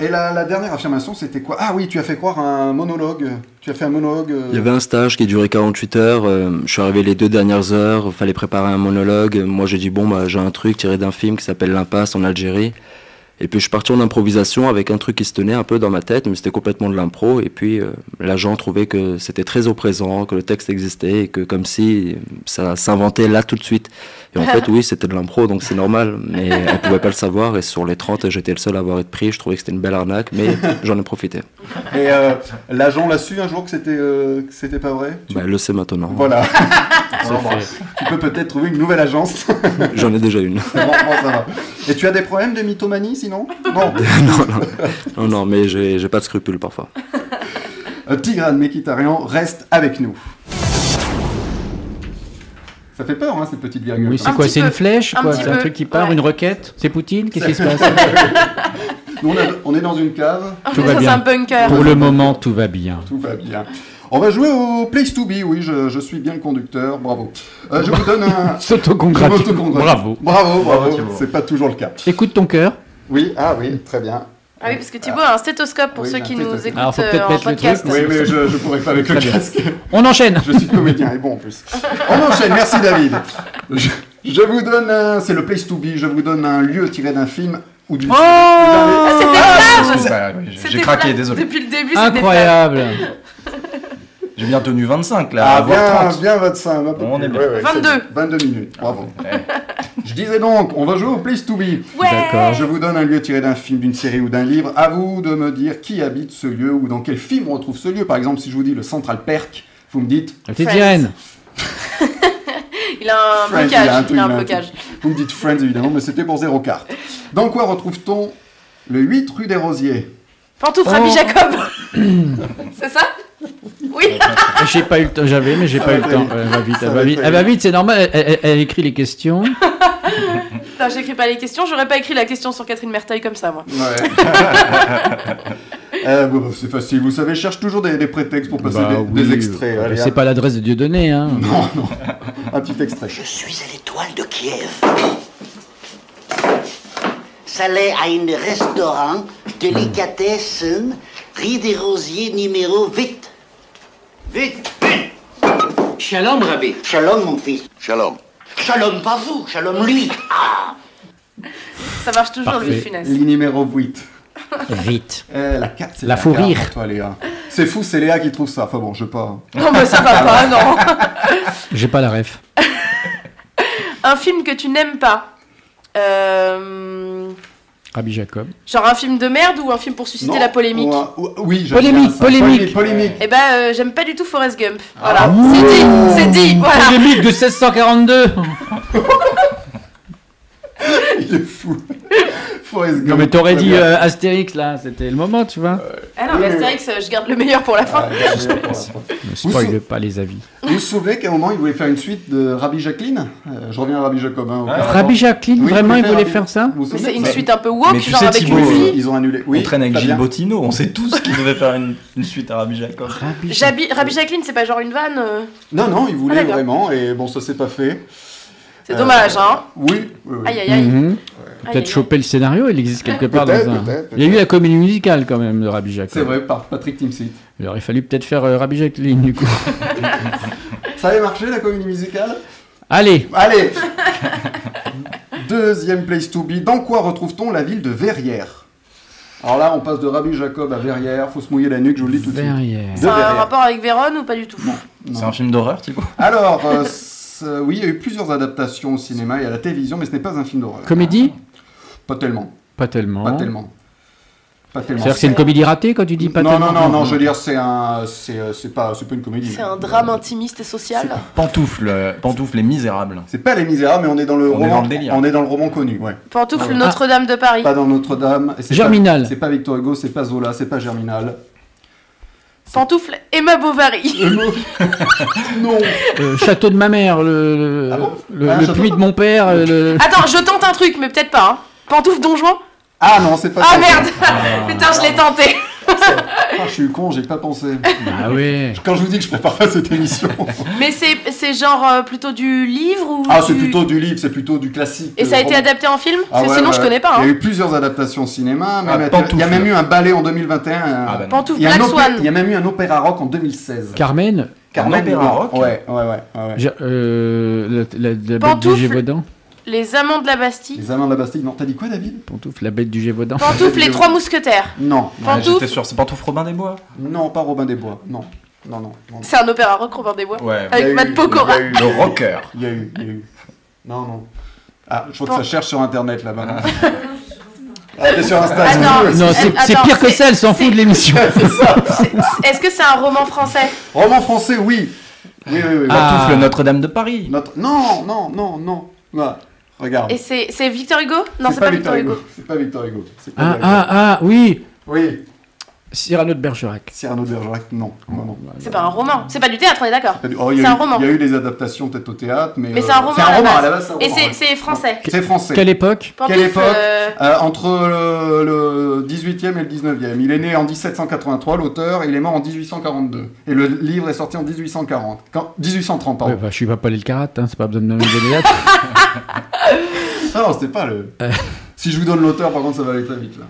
B: Et la, la dernière affirmation, c'était quoi Ah oui, tu as fait croire à un monologue. Tu as fait un monologue. euh,
E: Il y avait un stage qui durait 48 heures, euh, je suis arrivé les deux dernières heures, fallait préparer un monologue, moi j'ai dit bon bah j'ai un truc tiré d'un film qui s'appelle L'impasse en Algérie, et puis je suis parti en improvisation avec un truc qui se tenait un peu dans ma tête, mais c'était complètement de l'impro, et puis euh, l'agent trouvait que c'était très au présent, que le texte existait, et que comme si ça s'inventait là tout de suite. Et en fait oui c'était de l'impro, donc c'est normal, mais elle pouvait pas le savoir, et sur les 30 j'étais le seul à avoir été pris, je trouvais que c'était une belle arnaque, mais j'en ai profité.
B: Et euh, l'agent l'a su un jour que c'était euh, que c'était pas vrai.
E: Bah, elle le sait maintenant,
B: Voilà. [laughs]
H: Ah,
F: On l'embrasse.
B: tu peux peut-être trouver une nouvelle agence. [laughs]
E: j'en ai déjà une.
B: Bon, bon, ça va. Et tu as des problèmes de mythomanie sinon Non.
E: [laughs] non, non. non, non, mais j'ai j'ai pas de scrupules parfois.
B: Euh, Tigrane Mekitarian reste avec nous. Ça fait peur, hein, cette petite virgule.
D: [laughs] Oui, c'est
C: Un
D: quoi
C: petit
D: C'est
C: peu.
D: une flèche
C: Un
D: quoi
C: petit
D: C'est un
C: peu.
D: truc qui part,
C: Ouais.
D: une requête C'est Poutine Qu'est-ce qui se passe
B: Nous, on, a- on est dans une cave,
D: Tout va
C: Ça, c'est
D: bien.
C: un bunker.
D: Pour le moment, tout va bien.
B: tout va bien. On va jouer au Place to Be, oui, je, je suis bien le conducteur, bravo. Euh, je vous donne
D: [laughs]
B: un... je
D: S'autocongratule.
B: m'autocongratule.
D: Bravo.
B: Bravo, bravo,
F: Bravo, Thibaut.
B: c'est pas toujours le cas.
D: Écoute ton cœur.
B: Oui, ah oui, très bien.
C: Ah oui, parce que Thibaut a un stéthoscope pour
B: Oui,
C: ceux
B: j'ai un
C: qui nous
B: stéthoscope.
D: Alors,
C: écoutent
D: faut
C: euh,
D: peut-être
C: en
D: mettre le
C: podcast.
D: truc,
B: Oui, mais je, je pourrais pas avec le
D: Très bien.
B: casque.
D: On enchaîne
B: Je suis comédien et bon en plus. On enchaîne, merci David. Je, je vous donne un... C'est le Place to Be, je vous donne un lieu tiré d'un film ou
D: Oh
B: d'une...
C: Ah, c'était grave
H: Bah, oui,
C: C'était
H: J'ai craqué,
C: grave.
H: désolé.
C: Depuis le début, c'était grave.
D: Incroyable
H: J'ai bien tenu 25 là,
B: Ah,
H: voire
B: bien, bien 25. un peu
H: On
B: plus.
H: est bien.
B: Ouais, ouais, c'est
C: 22.
B: bien. 22 minutes, bravo.
H: Ouais.
B: [laughs] Je disais donc, on va jouer au Place to Be.
C: Ouais
D: D'accord.
B: Je vous donne un lieu tiré d'un film, d'une série ou d'un livre. À vous de me dire qui habite ce lieu ou dans quel film on retrouve ce lieu. Par exemple, si je vous dis le Central Perk, vous me dites
D: La petite
C: Friends.
D: sirène.
C: Il a un
B: Friends, il
C: blocage.
B: a un
C: il
B: truc,
C: a un
B: il a un
C: blocage.
B: Vous me dites Friends évidemment, mais c'était pour zéro carte. Dans quoi retrouve-t-on le 8 rue des Rosiers
C: Pantoufle
D: Oh.
C: Rabbi Jacob. [coughs] c'est ça Oui.
D: Ah, J'ai pas eu le temps, j'avais, mais j'ai
B: Ça
D: pas
B: va
D: eu le
B: très
D: temps.
B: vite.
D: Elle va vite,
B: Ça
D: elle
B: va
D: va vite.
B: très
D: Elle va
B: vite.
D: vite, c'est normal. Elle, elle- elle écrit les questions.
C: Putain, j'écris pas les questions. J'aurais pas écrit la question sur Catherine Merteuil comme ça, moi.
B: Ouais. Euh, bon, c'est facile, vous savez, je cherche toujours des, des prétextes pour passer
D: Bah
B: des, des
D: oui,
B: extraits.
D: euh,
B: Allez,
D: C'est
B: un-
D: pas l'adresse de Dieudonné, hein.
B: Non, non, un petit extrait.
I: Je suis à l'étoile de Kiev. J'allais à un restaurant délicatessen, riz des rosiers numéro 8. Vite, vite
J: Shalom, Rabbi.
I: Shalom, mon fils.
G: Shalom.
I: Shalom, pas vous, shalom, lui.
C: Ça marche toujours, lui,
D: Parfait.
C: funeste.
B: Ligne numéro 8.
D: Vite.
B: Euh, la 4, c'est
D: La fou
B: carte
D: rire.
B: pour toi, Léa. C'est fou, c'est Léa qui trouve ça. Enfin bon, je sais pas.
C: Non, mais ça va pas, non.
D: J'ai pas la ref.
C: Un film que tu n'aimes pas. Euh,
D: Rabbi Jacob.
C: Genre un film de merde ou un film pour susciter
B: Non.
C: la polémique
B: Ou- ou- oui, j'aime bien
D: Polémique,
B: ça.
D: polémique.
B: polémique.
C: Eh ben, euh, j'aime pas du tout Forrest Gump. Voilà, c'est dit, c'est dit, voilà.
D: Polémique de 1642.
B: Il est fou. [laughs] Forrest Gump.
D: Non, mais t'aurais
B: très
D: dit
B: bien.
D: euh, Astérix, là. C'était le moment, tu vois.
C: Ah non, mais Astérix, euh, je garde le meilleur pour la fin.
B: Ah, j'ai- voilà.
D: Ne
B: Vous-
D: spoil pas les avis.
B: Vous vous souvenez qu'à un moment, il voulait faire une suite de Rabbi Jacqueline Euh, Je reviens à Rabbi Jacob. hein, au cas où.
D: Rabbi Jacqueline,
B: Oui,
D: vraiment, il voulait
B: Rabbi-
D: faire ça
B: Vous vous
C: Mais
B: souvenez
C: c'est une
B: Ouais.
C: suite un peu woke,
H: Mais tu
C: genre
H: sais,
C: avec
H: Thibaut,
C: une
H: euh,
C: fille.
B: Ils ont annulé. Oui,
H: on traîne avec
B: Fabien.
H: Gilles Bottino, on sait tous qu'il devait faire une, une suite à Rabbi Jacob.
D: Rabbi Jacqueline.
C: Jabi- Rabbi Jacqueline, c'est pas genre une vanne euh,
B: Non, non, il voulait
C: Ah, d'accord.
B: vraiment, et bon, ça s'est pas fait.
C: C'est
B: Euh,
C: dommage, hein
B: Oui, oui, oui.
C: Aïe, aïe, aïe.
D: Mhm.
C: Aïe, aïe, aïe.
D: Peut-être choper le scénario, il existe quelque part dans
B: Peut-être,
D: un.
B: peut-être,
D: Il y a eu
B: peut-être.
D: la comédie musicale quand même de Rabbi Jacob.
B: C'est vrai, par Patrick Timsit.
D: Il aurait fallu peut-être faire euh, Rabbi Jacqueline du coup.
B: Ça avait marché, la comédie musicale
D: Allez,
B: Allez Deuxième place to be. Dans quoi retrouve-t-on la ville de Verrières Alors là, on passe de Rabbi Jacob à Verrières. Faut se mouiller la nuque, je vous le dis tout de suite.
D: Verrières.
B: De
C: C'est un
B: Verrières.
C: rapport avec Véronne ou pas du tout
H: C'est un film d'horreur, Thibaut
B: Alors, euh, c'est- oui, il y a eu plusieurs adaptations au cinéma et à la télévision, mais ce n'est pas un film d'horreur.
D: Comédie
B: Pas tellement.
D: Pas tellement.
B: Pas tellement. Pas tellement.
D: C'est-à-dire que c'est une comédie ratée quand tu dis pas
B: non,
D: tellement
B: non, non, non, je veux dire, c'est un, c'est, euh, c'est pas, c'est pas une comédie.
C: C'est un drame intimiste et social.
H: Pantoufle, euh, Pantoufle et Misérable.
B: C'est pas Les Misérables, mais on est dans le
H: On est
B: roman.
H: dans le délire.
B: on est dans le roman connu, ouais.
C: Pantoufle
B: Ouais.
C: Notre-Dame de Paris.
B: Ah. Pas dans Notre-Dame. et c'est
D: Germinal.
B: pas- C'est pas Victor Hugo, c'est pas Zola, c'est pas Germinal.
C: Pantoufle Emma Bovary.
B: [laughs] Euh, non. non.
D: Euh, château de ma mère, le, le,
B: Ah bon
D: le-
B: Ah,
D: le
B: château
D: puits de mon père. euh, le-
C: Attends, je tente un truc, mais peut-être pas. Hein. Pantoufle Don Juan
B: [laughs] Ah non, c'est pas.
C: Ah
B: ça.
C: merde [laughs] Putain, je l'ai tenté
B: Ah, je suis con, j'ai pas pensé.
D: Ah ouais.
B: Quand je vous dis que je prépare pas cette
C: [laughs]
B: émission.
C: Mais c'est c'est genre euh, plutôt du livre ou
B: ah, c'est
C: du-
B: plutôt du livre, c'est plutôt du classique.
C: Et
B: euh,
C: ça a été
B: roman.
C: adapté en film
B: Ah
C: Parce que
B: ouais,
C: Sinon,
B: ouais.
C: je connais pas.
B: Il y a
C: Hein.
B: eu plusieurs adaptations au cinéma.
H: Ah,
B: même- il y a
H: Pantoufle.
B: même eu un ballet en 2021. euh,
H: Ah, bah non.
C: Pantoufle
B: il y a un
C: Black
B: opé-
C: Swan.
B: il y a même eu un opéra rock en 2016.
D: Carmen,
B: Carmen
H: opéra
B: Blanc.
H: rock
B: Ouais, ouais, ouais. ouais, ouais.
D: j'ai- euh, la, la- la bête du
C: Pantoufle.
D: Gévaudan.
C: Les Amants de la Bastille.
B: Les Amants de la Bastille. Non, t'as dit quoi, David
D: Pantoufle, la bête du Gévaudan.
C: Pantoufle Les Trois Mousquetaires.
B: Non,
H: Ouais, J'étais
C: Pantoufle.
H: sûr, c'est Pantoufle Robin des Bois.
B: non, pas Robin des Bois. Non, non, non. non, non.
C: C'est un opéra rock Robin des Bois.
H: Ouais.
B: Il y a
C: Avec
B: eu-
C: Matt Pokora.
B: il y a eu-
H: Le rocker.
B: Il y a eu, il y a eu. Non, non. Ah, je crois
C: Pan-
B: que ça cherche sur internet là-bas. non ah, t'es sur Insta.
C: Ah, non.
B: c'est-
D: Non, c'est
C: Attends,
D: c'est pire que
C: c'est-
D: ça, elle
C: [laughs]
D: s'en
C: c'est-
D: fout de l'émission.
B: c'est ça.
C: Est-ce que c'est un roman français
B: Roman français, oui. Oui, oui, oui.
D: Ah.
H: Pantoufle Notre-Dame de Paris.
B: Notre- Non, non, non, non. Voilà. Regarde.
C: Et c'est c'est Victor Hugo Non, c'est pas, Victor Hugo.
B: C'est pas Victor Hugo. C'est pas
D: Ah
B: Victor Hugo.
D: ah ah oui,
B: Oui,
D: Cyrano de Bergerac.
B: Cyrano de Bergerac, non. non, non.
C: C'est pas un roman. C'est pas du théâtre, on est d'accord.
B: T'as dit- oh, il y a
C: C'est un
B: eu-
C: roman.
B: Il y a eu des adaptations peut-être au théâtre, mais.
C: Mais
B: euh,
C: c'est un roman
B: C'est
C: à
B: un
C: la
B: roman
C: base.
B: à la base, c'est un
C: Et
B: roman,
C: c'est
B: ouais.
C: c'est français.
B: C'est français.
D: Quelle époque
C: Pantoufle,
B: époque
C: euh,
B: Euh, entre le, le 18e et le 19e. Il est né en 1783, l'auteur, il est mort en 1842. Et le livre est sorti en 1840. Quand, 1830, pardon.
D: Ouais, bah, je suis pas Paul Elkarat, hein, c'est pas besoin de me donner
C: [laughs]
D: les dates.
B: Ah non, c'était pas le.
D: Euh.
B: si je vous donne l'auteur, par contre, ça va aller très vite. Là.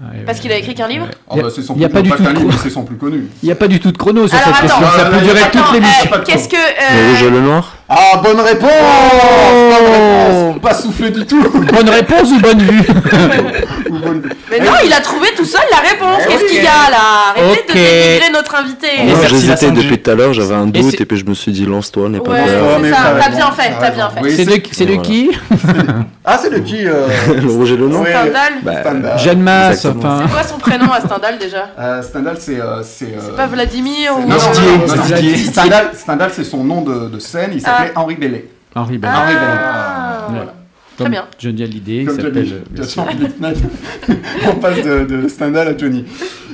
D: Ouais,
C: Parce
D: ouais.
C: qu'il a écrit qu'un livre
B: Ah
D: Y a-
B: bah, c'est son
D: y a
B: plus-
D: pas
B: non,
D: du tout
B: qu'un
D: de
B: livre,
D: chrono.
B: c'est son plus connu.
D: Il n'y a pas du tout de chrono sur
C: Alors,
D: cette
C: attends,
D: question, ça peut
B: euh,
D: durer
B: attends,
D: toute l'émission.
B: pas de
C: Qu'est-ce que.
E: Le rouge et
C: euh,
E: le noir
B: Ah, bonne réponse
C: eh, oh,
B: Bonne réponse Pas soufflé du tout
D: Bonne réponse ou bonne vue
B: Ou bonne.
C: Mais non, il a trouvé tout seul la réponse.
B: Eh
C: Qu'est-ce
B: oui.
C: qu'il y a là Arrêtez
E: Ok.
C: de dénigrer notre invité.
E: Moi, j'hésitais depuis tout à l'heure, j'avais un
C: Et
E: doute
C: c'est-
E: et puis je me suis dit lance-toi, n'aie pas
C: Ouais,
E: peur.
C: c'est ça, t'as bien fait, t'as bien fait.
E: Oui,
D: C'est
E: c'est-
D: de, c'est de
E: Voilà.
D: qui
B: Ah, c'est de qui euh,
E: [laughs] Le rouge et le noir.
B: Ouais,
C: Stendhal
E: Bah,
B: Stendhal.
D: Jeanne Masse,
E: Exactement.
D: enfin.
C: C'est quoi son prénom à Stendhal déjà
B: Euh, Stendhal, c'est. euh, c'est euh,
C: C'est pas Vladimir ou.
B: non, non, non, non, non,
D: Didier.
B: Didier.
D: Didier.
B: Stendhal, Stendhal, c'est son nom de, de scène. Il s'appelait Henri Bellet.
D: Henri Bell.
B: Henri Bellet.
C: Ah.
D: Ouais.
C: Très
D: Comme
C: bien.
D: Johnny Hallyday, il
B: Comme Johnny.
D: s'appelle. euh,
B: Tu as changé de fenêtre. [laughs] On passe de, de Stendhal à Johnny.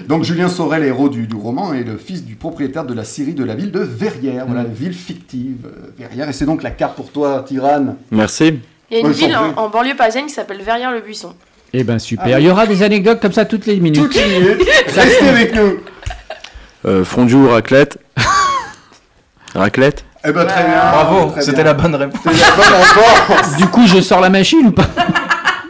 B: Donc Julien Sorel, héros du, du roman, est le fils du propriétaire de la Syrie de la ville de Verrières. Voilà,
D: Mm.
B: une ville fictive, euh, Verrières. Et c'est donc la carte pour toi,
D: [laughs]
B: Tirane.
E: Merci.
C: Il y a une
B: Ouais, j'en
C: ville en,
B: prie.
C: en banlieue parisienne qui s'appelle Verrières-le-Buisson.
D: Eh ben
C: Ah
D: super. Il y aura des anecdotes comme ça toutes les minutes.
B: Toutes les minutes, restez avec nous.
E: Euh, Fondue ou
C: [laughs]
E: raclette Raclette
B: Eh ben très bien.
H: Bravo,
B: très
H: c'était
B: bien.
H: la bonne réponse.
B: C'est la [laughs] bonne réponse.
D: Du coup, je sors la machine ou pas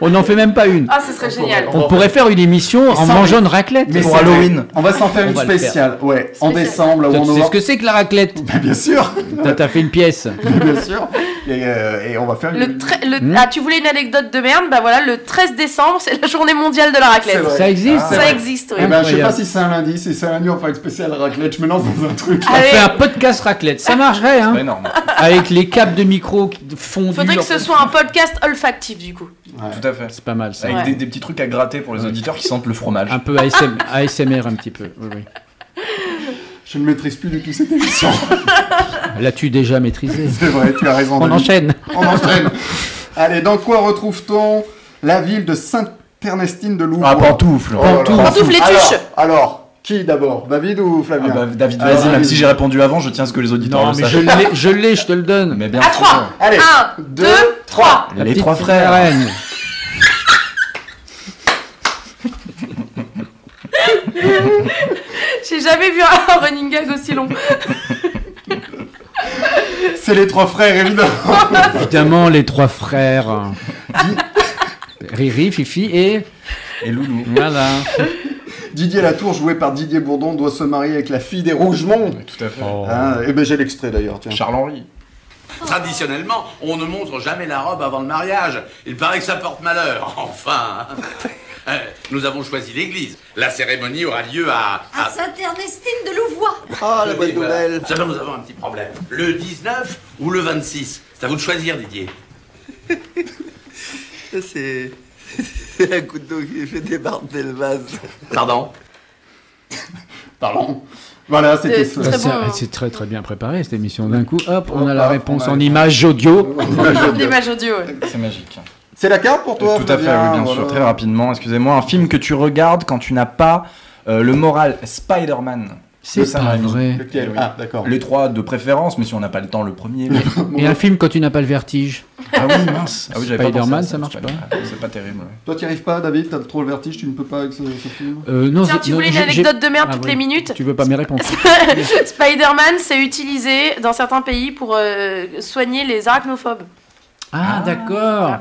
D: On n'en fait même pas une.
C: Ah, ce serait génial.
D: On pourrait faire une émission en
B: sans-
D: mangeant une raclette.
B: Mais
H: Pour
B: c'est vrai.
H: Halloween.
B: On va s'en faire
D: On
B: une
D: va le faire.
B: spéciale. Ouais, en
C: Spéciale.
B: décembre, là où
D: Toi,
B: on
D: tu sais
B: aura-
D: ce que c'est que la raclette
B: Ben, [laughs] Bien sûr,
D: Toi, T'as fait une pièce.
B: bien sûr. Et, euh, et on va faire
C: Le
B: une.
C: tre- le- Ah, tu voulais une anecdote de merde Bah voilà, le 13 décembre, c'est la journée mondiale de la
B: C'est
C: raclette.
B: vrai.
D: Ça existe
B: c'est
C: Ça
B: vrai.
C: existe, oui.
B: Eh ben, je sais
D: Incroyable.
B: pas si c'est un lundi, si c'est un lundi, on fera une spéciale raclette. Je me lance dans un truc.
D: On
C: Allez.
D: fait un podcast raclette. Ça marcherait, hein
H: Pas énorme.
D: Avec les câbles de micro qui- fondus.
C: Faudrait que ce soit un podcast olfactif du coup.
H: Tout à fait.
D: C'est pas mal, ça.
H: Avec
C: Ouais.
H: des, des petits trucs à gratter pour les auditeurs qui sentent le fromage.
D: Un peu ASM, ASMR, un petit peu. Oui, oui.
B: Je ne maîtrise plus du tout cette émission.
D: L'as-tu déjà maîtrisé
B: [laughs] C'est vrai, tu as raison.
D: On
B: Denis.
D: enchaîne.
B: On enchaîne. Allez, dans quoi retrouve-t-on la ville de Sainte-Ernestine de Oh Louvre
H: Ah, pantoufle.
C: Pantoufle les tuches.
B: Alors, alors, qui d'abord David ou
H: Ah
B: Flavien
H: bah, David,
B: Ah,
H: vas-y,
B: David.
H: même si j'ai répondu avant, je tiens à ce que les auditeurs
D: Non,
H: le
D: mais je
H: sachent.
D: l'ai, je l'ai, je te le donne.
H: Mais Eh bien
C: À
H: sûr.
C: 3
B: Allez,
C: 1, 2, 3
D: La
H: Les
D: petite
H: trois frères.
D: reine.
C: J'ai jamais vu un [laughs] running gag aussi long.
B: C'est les trois frères, évidemment. [laughs]
D: Évidemment, les trois frères. hein. Riri, Fifi et...
H: Et Loulou.
D: Voilà.
B: Didier Latour, joué par Didier Bourdon, doit se marier avec la fille des Rougemont.
H: Mais tout à fait.
B: Hein, eh ben j'ai l'extrait d'ailleurs, tiens.
H: Charles-Henri.
K: Traditionnellement, on ne montre jamais la robe avant le mariage. Il paraît que ça porte malheur. [laughs] Enfin. Euh, Nous avons choisi l'église. La cérémonie aura lieu à. à-
L: Sainte-Ernestine de Louvois.
B: Ah, la bonne
K: Oui, voilà.
B: nouvelle.
K: Seulement, nous avons un petit problème. Le 19 ou le 26 C'est à vous de choisir, Didier.
L: C'est. [laughs] C'est un couteau qui fait débarder le vase. [laughs]
K: Pardon
B: Pardon. Voilà, c'était
C: C'est-
B: ça.
C: Très
D: Ça,
C: bon, hein.
D: C'est très très bien préparé cette émission. D'un coup, hop, on a la
B: hop,
D: réponse
B: on a
D: en
B: la-
D: image audio.
C: L'image audio. ouais.
H: C'est magique.
B: C'est la carte pour toi
H: Tout à fait,
B: Flavien,
H: oui, bien
B: voilà.
H: sûr. Très rapidement, excusez-moi. Un film que tu regardes quand tu n'as pas euh, le moral Spider-Man.
D: C'est
H: ça,
D: pas
H: Rémi.
D: vrai.
B: Lequel
H: Eh oui.
B: Ah, d'accord.
H: Les trois de préférence, mais si on n'a pas le temps, le premier.
B: [laughs]
H: mais-
D: Et un film quand tu n'as pas le vertige.
H: ah oui, mince. Ah oui, j'avais pas pensé à
D: Spider-Man, ça marche
H: Spider-Man. Ah, C'est pas terrible. ouais.
B: Toi, t'y arrives pas, David T'as trop le vertige, tu ne peux pas avec ce, ce film
D: Euh, non,
C: Tiens,
D: c'est-
C: tu
D: non,
C: voulais une
D: j'ai- j'ai-
C: anecdote de merde
D: Ah
C: toutes
D: oui.
C: les minutes
D: Tu veux pas mes réponses
C: [laughs] Spider-Man, c'est utilisé dans certains pays pour euh, soigner les arachnophobes.
D: Ah, d'accord.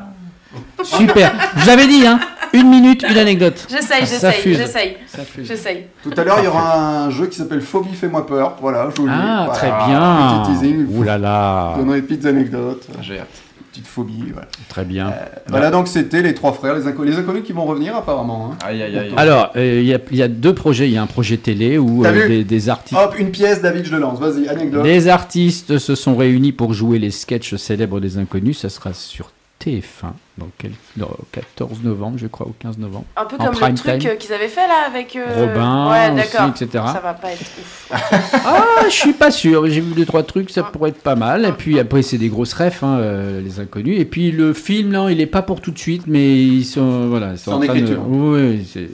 D: Super. Je vous avais dit, hein. Une minute, une anecdote.
C: J'essaye,
D: Ah, ça
C: j'essaye,
D: fuse.
C: j'essaye,
D: Ça fuse.
C: j'essaye.
B: Tout à l'heure, il y aura un jeu qui s'appelle Phobie, fais-moi peur. Voilà, je vous le dis.
D: Ah,
B: Voilà,
D: très
B: Petit
D: bien.
B: teasing,
D: Ouh là là.
B: donnant des petites anecdotes, euh,
H: Ah, J'ai hâte.
B: petite phobie. Voilà,
D: Très bien.
B: Voilà, donc c'était les trois frères, les, inco- les inconnus qui vont revenir apparemment. hein.
H: Aïe, aïe, aïe.
D: Alors, euh, il y, a- il y a deux projets. Il y a un projet télé où
B: T'as
D: euh,
B: vu Oh,
D: des, des artistes.
B: Hop, une pièce, David, je le lance. Vas-y, anecdote.
D: Les artistes se sont réunis pour jouer les sketchs célèbres des inconnus. Ça sera sur TF1 dans quel... dans 14 novembre, je crois, ou 15 novembre.
C: Un peu
D: En
C: comme
D: prime
C: le truc
D: time.
C: euh, qu'ils avaient fait là avec euh,
D: Robin
C: ouais,
D: aussi,
C: d'accord.
D: etc.
C: Ça va pas être ouf.
D: Ah, je suis pas sûr. J'ai vu deux trois trucs, ça pourrait être pas mal. Et puis après, c'est des grosses refs, hein, euh, les inconnus. Et puis le film, non, il est pas pour tout de suite, mais ils sont voilà, ils sont
B: C'est en
D: train de-
B: écriture.
D: Oui, c'est.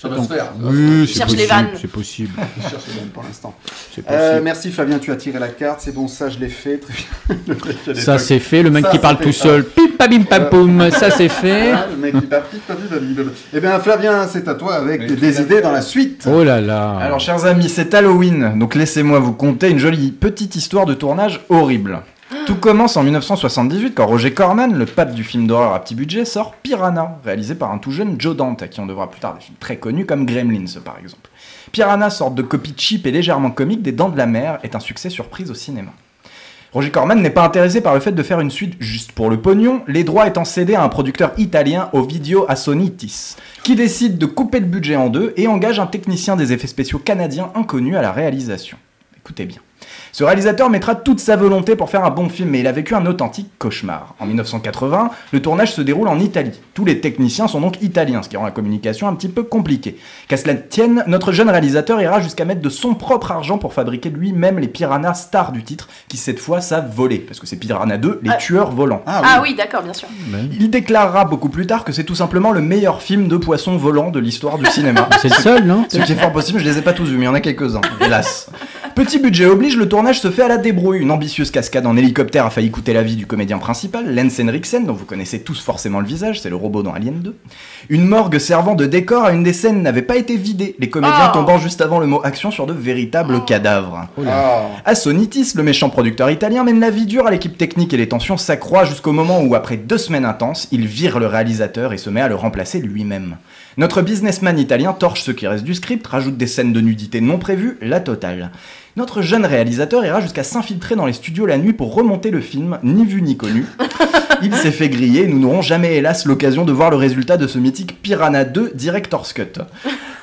B: Ça va
D: Attends.
B: se faire.
D: Oui, c'est
C: Cherche les
D: possible,
C: vannes.
D: C'est possible.
B: Je cherche le même pour l'instant.
D: c'est possible.
B: Euh, merci Flavien, tu as tiré la carte. C'est bon, ça, je l'ai fait. Très bien. [laughs] Le mec qui a des
D: ça
B: trucs.
D: c'est fait. Le mec
B: Ça,
D: qui
B: c'est
D: parle
B: fait.
D: tout seul, pim pam bim pam
B: Ouais.
D: poum, ça c'est
B: [laughs]
D: fait.
B: Ah, le mec qui part petit, petit, petit, petit. Eh bien, Flavien, c'est à toi avec
H: Mais
B: des
H: tout à
B: idées dans la suite.
D: Oh là là.
H: Alors, chers amis, c'est Halloween, donc laissez-moi vous conter une jolie petite histoire de tournage horrible. Tout commence en 1978 quand Roger Corman, le pape du film d'horreur à petit budget, sort Piranha, réalisé par un tout jeune Joe Dante, à qui on devra plus tard des films très connus comme Gremlins par exemple. Piranha, sorte de copie cheap et légèrement comique des Dents de la Mer, est un succès surprise au cinéma. Roger Corman n'est pas intéressé par le fait de faire une suite juste pour le pognon, les droits étant cédés à un producteur italien Ovidio Assonitis, qui décide de couper le budget en deux et engage un technicien des effets spéciaux canadien inconnu à la réalisation. Écoutez bien. Ce réalisateur mettra toute sa volonté pour faire un bon film, mais il a vécu un authentique cauchemar. En 1980, le tournage se déroule en Italie. Tous les techniciens sont donc italiens, ce qui rend la communication un petit peu compliquée. Qu'à cela ne tienne, notre jeune réalisateur ira jusqu'à mettre de son propre argent pour fabriquer lui-même les piranhas stars du titre, qui cette fois savent voler, parce que c'est Piranha 2, les
C: Ah.
H: tueurs volants.
C: Ah, oui, d'accord, bien sûr.
H: Il déclarera beaucoup plus tard que c'est tout simplement le meilleur film de poissons volants de l'histoire du cinéma.
D: [laughs] C'est le seul, non
H: Ce qui est fort possible, je les ai pas tous vus, mais il y en a quelques-uns, hélas. Petit budget oblige, le tournage se fait à la débrouille. Une ambitieuse cascade en hélicoptère a failli coûter la vie du comédien principal, Lance Henriksen, dont vous connaissez tous forcément le visage, c'est le robot dans Alien 2. Une morgue servant de décor à une des scènes n'avait pas été vidée, les comédiens
M: Ah.
H: tombant juste avant le mot action sur de véritables cadavres.
D: Oh
B: Ah.
H: Assonitis, le méchant producteur italien, mène la vie dure à l'équipe technique et les tensions s'accroissent jusqu'au moment où, après deux semaines intenses, il vire le réalisateur et se met à le remplacer lui-même. Notre businessman italien torche ce qui reste du script, rajoute des scènes de nudité non prévues, la totale. Notre jeune réalisateur ira jusqu'à s'infiltrer dans les studios la nuit pour remonter le film, ni vu ni connu. Il s'est fait griller, et nous n'aurons jamais hélas l'occasion de voir le résultat de ce mythique Piranha 2 Director's Cut.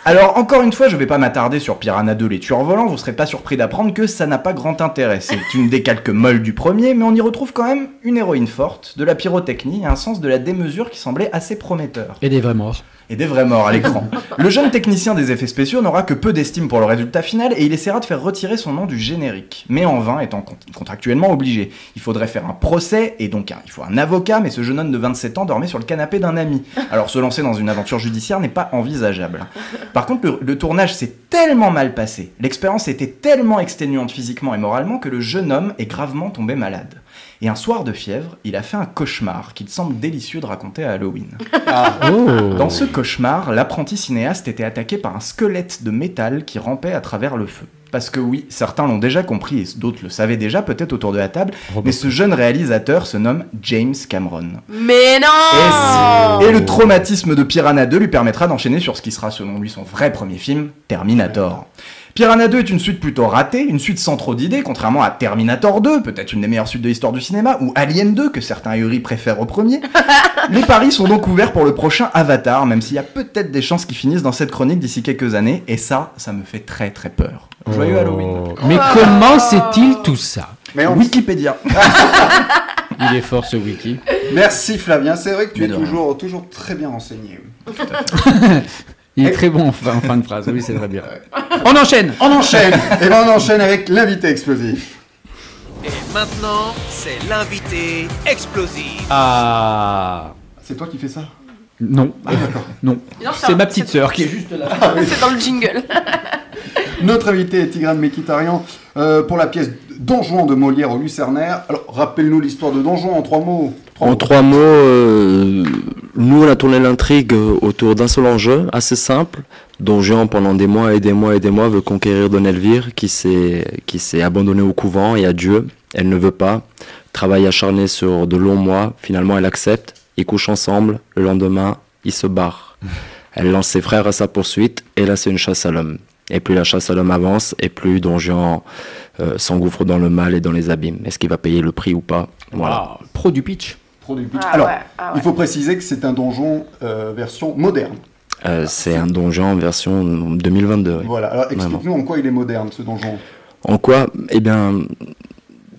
H: Alors encore une fois, je vais pas m'attarder sur Piranha 2 les tueurs volants, vous serez pas surpris d'apprendre que ça n'a pas grand intérêt. C'est une décalque molle du premier, mais on y retrouve quand même une héroïne forte, de la pyrotechnie et un sens de la démesure qui semblait assez prometteur.
D: Et des vrais morts.
H: Et des vrais morts à l'écran. Le jeune technicien des effets spéciaux n'aura que peu d'estime pour le résultat final et il essaiera de faire retirer son nom du générique. Mais en vain, étant con- contractuellement obligé. Il faudrait faire un procès et donc un- il faut un avocat, mais ce jeune homme de 27 ans dormait sur le canapé d'un ami. Alors se lancer dans une aventure judiciaire n'est pas envisageable. Par contre, le, le tournage s'est tellement mal passé, l'expérience était tellement exténuante physiquement et moralement que le jeune homme est gravement tombé malade. Et un soir de fièvre, il a fait un cauchemar qu'il semble délicieux de raconter à Halloween. Dans ce cauchemar, l'apprenti cinéaste était attaqué par un squelette de métal qui rampait à travers le feu. Parce que oui, certains l'ont déjà compris et d'autres le savaient déjà peut-être autour de la table, mais ce jeune réalisateur se nomme James Cameron.
C: Mais non
H: Et le traumatisme de Piranha 2 lui permettra d'enchaîner sur ce qui sera selon lui son vrai premier film, Terminator. Piranha 2 est une suite plutôt ratée, une suite sans trop d'idées, contrairement à Terminator 2, peut-être une des meilleures suites de l'histoire du cinéma, ou Alien 2, que certains ahuris préfèrent au premier. Les paris sont donc ouverts pour le prochain Avatar, même s'il y a peut-être des chances qu'ils finissent dans cette chronique d'ici quelques années, et ça, ça me fait très très peur. Joyeux Halloween.
D: Oh. Mais comment sait-il tout ça
B: Mais on-
H: Wikipédia.
D: Il est fort ce wiki.
B: Merci Flavien, c'est vrai que tu
D: Mais
B: es
D: de rien.
B: toujours, toujours très bien renseigné.
D: Il est très bon en fin, en fin de phrase, oui, c'est très bien. On enchaîne
B: On
D: [laughs]
B: enchaîne Et ben on enchaîne avec l'invité explosif.
A: Et maintenant, c'est l'invité explosif.
D: Ah
B: C'est toi qui fais ça
D: Non. Non.
C: Non,
D: C'est ma petite sœur qui est juste là.
C: [laughs]
B: Ah oui.
C: C'est dans le jingle.
B: Notre invité est Tigrane Mekitarian euh, pour la pièce Don Juan de Molière au Lucernaire. Alors rappelle-nous l'histoire de Don Juan en trois mots.
E: En trois mots, euh, nous on a tourné l'intrigue euh, autour d'un seul enjeu, assez simple. Don Juan, pendant des mois et des mois et des mois, veut conquérir Don Elvire, qui s'est qui s'est abandonnée au couvent et à Dieu. Elle ne veut pas. Travail acharné sur de longs mois. Finalement, elle accepte. Ils couchent ensemble. Le lendemain, ils se barrent. Elle lance ses frères à sa poursuite. Et là, c'est une chasse à l'homme. Et plus la chasse à l'homme avance, et plus Don Juan euh, s'engouffre dans le mal et dans les abîmes. Est-ce qu'il va payer le prix ou pas Voilà.
D: Pro du pitch.
B: Pro du pitch.
C: Ah
B: Alors,
C: ouais, ah ouais.
B: il faut préciser que c'est un donjon euh, version moderne.
E: Euh, c'est un donjon version 2022. oui.
B: Voilà, alors
E: Vraiment.
B: explique-nous en quoi il est moderne ce donjon.
E: En quoi Eh bien,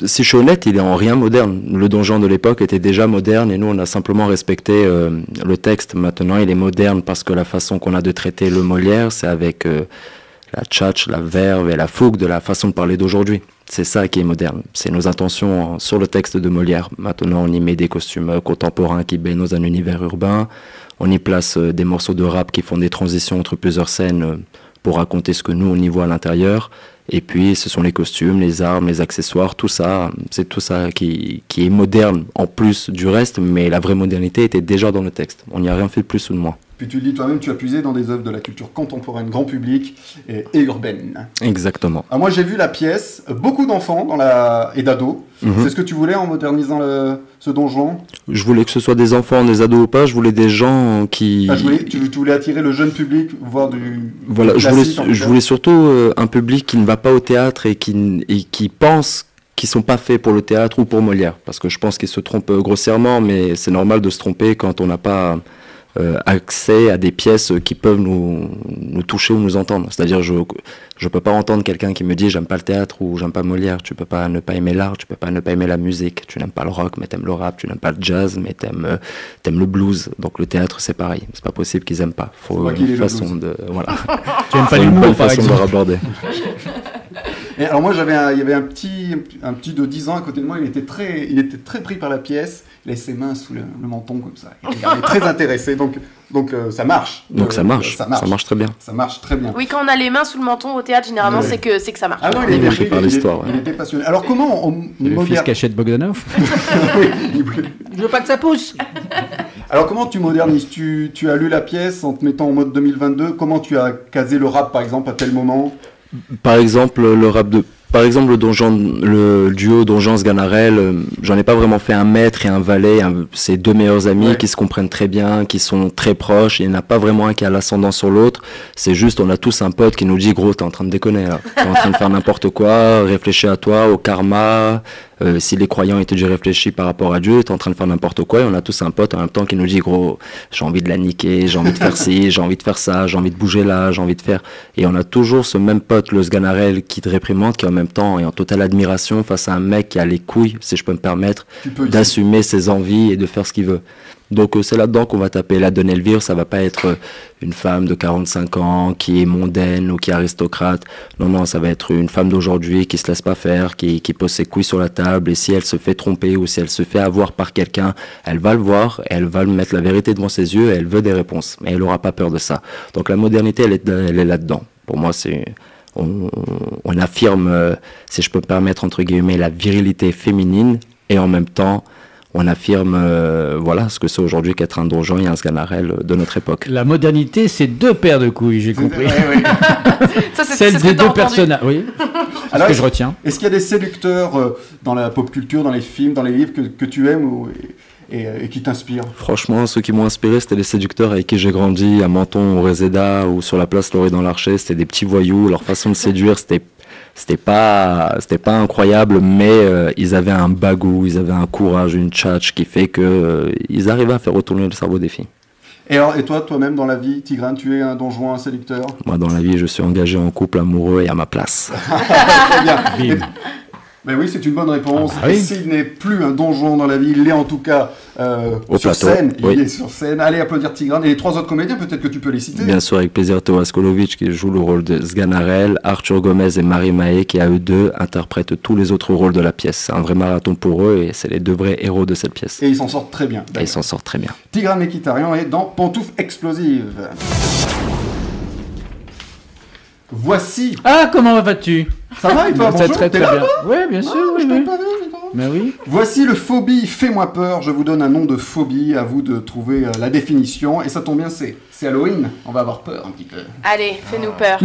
E: si je suis honnête, il est en rien moderne. Le donjon de l'époque était déjà moderne et nous, on a simplement respecté euh, le texte. Maintenant, il est moderne parce que la façon qu'on a de traiter le Molière, c'est avec euh, la tchatch, la verve et la fougue de la façon de parler d'aujourd'hui. C'est ça qui est moderne. C'est nos intentions en- sur le texte de Molière. Maintenant, on y met des costumes euh, contemporains qui baignent dans un univers urbain. On y place euh, des morceaux de rap qui font des transitions entre plusieurs scènes euh, pour raconter ce que nous, on y voit à l'intérieur. Et puis, ce sont les costumes, les armes, les accessoires, tout ça. C'est tout ça qui, qui est moderne en plus du reste, mais la vraie modernité était déjà dans le texte. On n'y a rien fait de plus ou de moins.
B: Puis tu le dis toi-même, tu as puisé dans des œuvres de la culture contemporaine, grand public et, et urbaine.
E: Exactement.
B: Ah, moi j'ai vu la pièce, euh, beaucoup d'enfants dans la... et d'ados.
E: Mhm.
B: C'est ce que tu voulais en modernisant le- ce donjon
E: Je voulais que ce soit des enfants, des ados ou pas, je voulais des gens qui...
B: Ah, je voulais- tu, tu voulais attirer le jeune public, voire du.
E: Voilà,
B: du
E: je voulais,
B: classique, en
E: je
B: fait.
E: voulais surtout euh, un public qui ne va pas au théâtre et qui, n- et qui pense qui sont pas faits pour le théâtre ou pour Molière. Parce que je pense qu'ils se trompent euh, grossièrement, mais c'est normal de se tromper quand on n'a pas euh, accès à des pièces qui peuvent nous, nous toucher ou nous entendre. C'est-à-dire, je je peux pas entendre quelqu'un qui me dit j'aime pas le théâtre ou j'aime pas Molière. Tu peux pas ne pas aimer l'art, tu peux pas ne pas aimer la musique. Tu n'aimes pas le rock, mais t'aimes le rap. Tu n'aimes pas le jazz, mais t'aimes euh, t'aimes le blues. Donc le théâtre, c'est pareil. C'est pas possible qu'ils aiment pas. Faut
B: pas qu'il ait
E: une
B: le
E: façon
B: blues.
E: de
B: [laughs]
E: voilà.
B: Tu aimes pas
E: Faut une
B: l'humour,
E: bonne
B: par
E: façon de
B: exemple.
E: l'aborder.
B: Et alors moi j'avais un- il y avait un petit un petit de 10 ans à côté de moi, il était très il était très pris par la pièce, il avait ses mains sous le, le menton comme ça. Il regardait
E: [laughs]
B: très intéressé donc donc euh, ça marche.
E: Donc
B: Euh,
E: ça marche,
B: ça marche.
E: ça marche très bien.
B: Ça marche très bien.
C: Oui, quand on a les mains sous le menton au théâtre, généralement,
B: Ouais.
C: c'est que, c'est que ça marche.
B: Ah non, il,
E: Il est
B: était-
E: pris par
B: il était-
E: l'histoire, ouais.
B: il était passionné. Alors comment on
D: Et le fils
B: moderne-
D: cachette Bogdanov
C: Je veux pas que ça pousse.
B: [laughs] Alors comment tu modernises tu, tu as lu la pièce en te mettant en mode 2022, comment tu as casé le rap par exemple à tel moment
E: Par exemple, le rap de. Par exemple, le, donjon, le duo Donjans Ganarelle, euh, j'en ai pas vraiment fait un maître et un valet. un- c'est deux meilleurs amis qui se comprennent très bien, qui sont très proches. Il n'y en a pas vraiment un qui a l'ascendant sur l'autre. C'est juste, on a tous un pote qui nous dit Gros, t'es en train de déconner là. T'es en train de faire n'importe quoi, réfléchis à toi, au karma. Euh, si les croyants étaient déjà réfléchis par rapport à Dieu, t'es en train de faire n'importe quoi. Et on a tous un pote en même temps qui nous dit Gros, j'ai envie de la niquer, j'ai envie de faire ci, j'ai envie de faire ça, j'ai envie de bouger là, j'ai envie de faire. Et on a toujours ce même pote, le Sganarelle, qui te réprimande, qui en même temps est en totale admiration face à un mec qui a les couilles, si je peux me permettre,
B: Tu peux, ici.
E: d'assumer ses envies et de faire ce qu'il veut. Donc euh, c'est là-dedans qu'on va taper. La Don Elvire, ça va pas être euh, une femme de 45 ans qui est mondaine ou qui est aristocrate. Non, non, ça va être une femme d'aujourd'hui qui se laisse pas faire, qui, qui pose ses couilles sur la table. Et si elle se fait tromper ou si elle se fait avoir par quelqu'un, elle va le voir, elle va lui mettre la vérité devant ses yeux, et elle veut des réponses. Mais elle aura pas peur de ça. Donc la modernité, elle est, elle est là-dedans. Pour moi, c'est on, on affirme, euh, si je peux me permettre, entre guillemets, la virilité féminine et en même temps, on affirme euh, voilà ce que c'est aujourd'hui qu'être un donjon et un sganarelle euh, de notre époque.
D: La modernité, c'est deux paires de couilles, j'ai compris.
C: Ça, c'est c'est
D: Ah, Celle
C: ce que
D: des
C: t'as
D: deux
C: entendu.
D: personnages. Oui. C'est ce que
B: est-ce-
D: je retiens.
B: [laughs] Est-ce qu'il y a des séducteurs euh, dans la pop culture, dans les films, dans les livres que, que tu aimes ou- et, et, euh, et qui t'inspirent
E: Franchement, ceux qui m'ont inspiré, c'était les séducteurs avec qui j'ai grandi, à Menton, au Reseda ou sur la place Lauré dans l'Archer. C'était des petits voyous. Leur façon de séduire, c'était c'était pas c'était pas incroyable mais euh, ils avaient un bagou ils avaient un courage une tchatch qui fait que euh, ils arrivaient à faire retourner le cerveau des filles
B: Et alors, et toi, toi-même dans la vie, Tigrane, tu es un donjon, un séducteur
E: [laughs] moi dans la vie je suis engagé en couple amoureux et à ma place
B: Très Eh bien. Et- Ben oui, c'est une bonne réponse.
E: Ah bah oui.
B: Et S'il n'est plus un donjon dans la vie, il est en tout cas euh,
E: Au
B: sur
E: plateau,
B: scène.
E: oui.
B: Il est sur scène. Allez applaudir Tigrane et les trois autres comédiens, peut-être que tu peux les citer.
E: Bien sûr, avec plaisir, Thomas Skolovic qui joue le rôle de Sganarelle, Arthur Gomez et Marie Mahé qui, à eux deux, interprètent tous les autres rôles de la pièce. C'est un vrai marathon pour eux et c'est les deux vrais héros de cette pièce.
B: Et ils s'en sortent très bien.
E: Et ils s'en sortent très bien.
B: Tigrane Mekitarian est dans Pantoufles Explosives.
E: Ah.
B: Voici.
D: Ah, comment vas-tu
B: Ça va et toi
D: Ça
B: Bonjour,
D: très
B: t'es
D: très
B: là,
D: bien.
B: toi Ah,
D: Oui,
C: Ah,
D: bien sûr. oui, oui. Mais oui.
B: Voici le phobie, fais-moi peur. Je vous donne un nom de phobie, à vous de trouver euh, la définition. Et ça tombe bien, c'est c'est Halloween, on va avoir peur un petit peu.
C: Allez, fais-nous peur.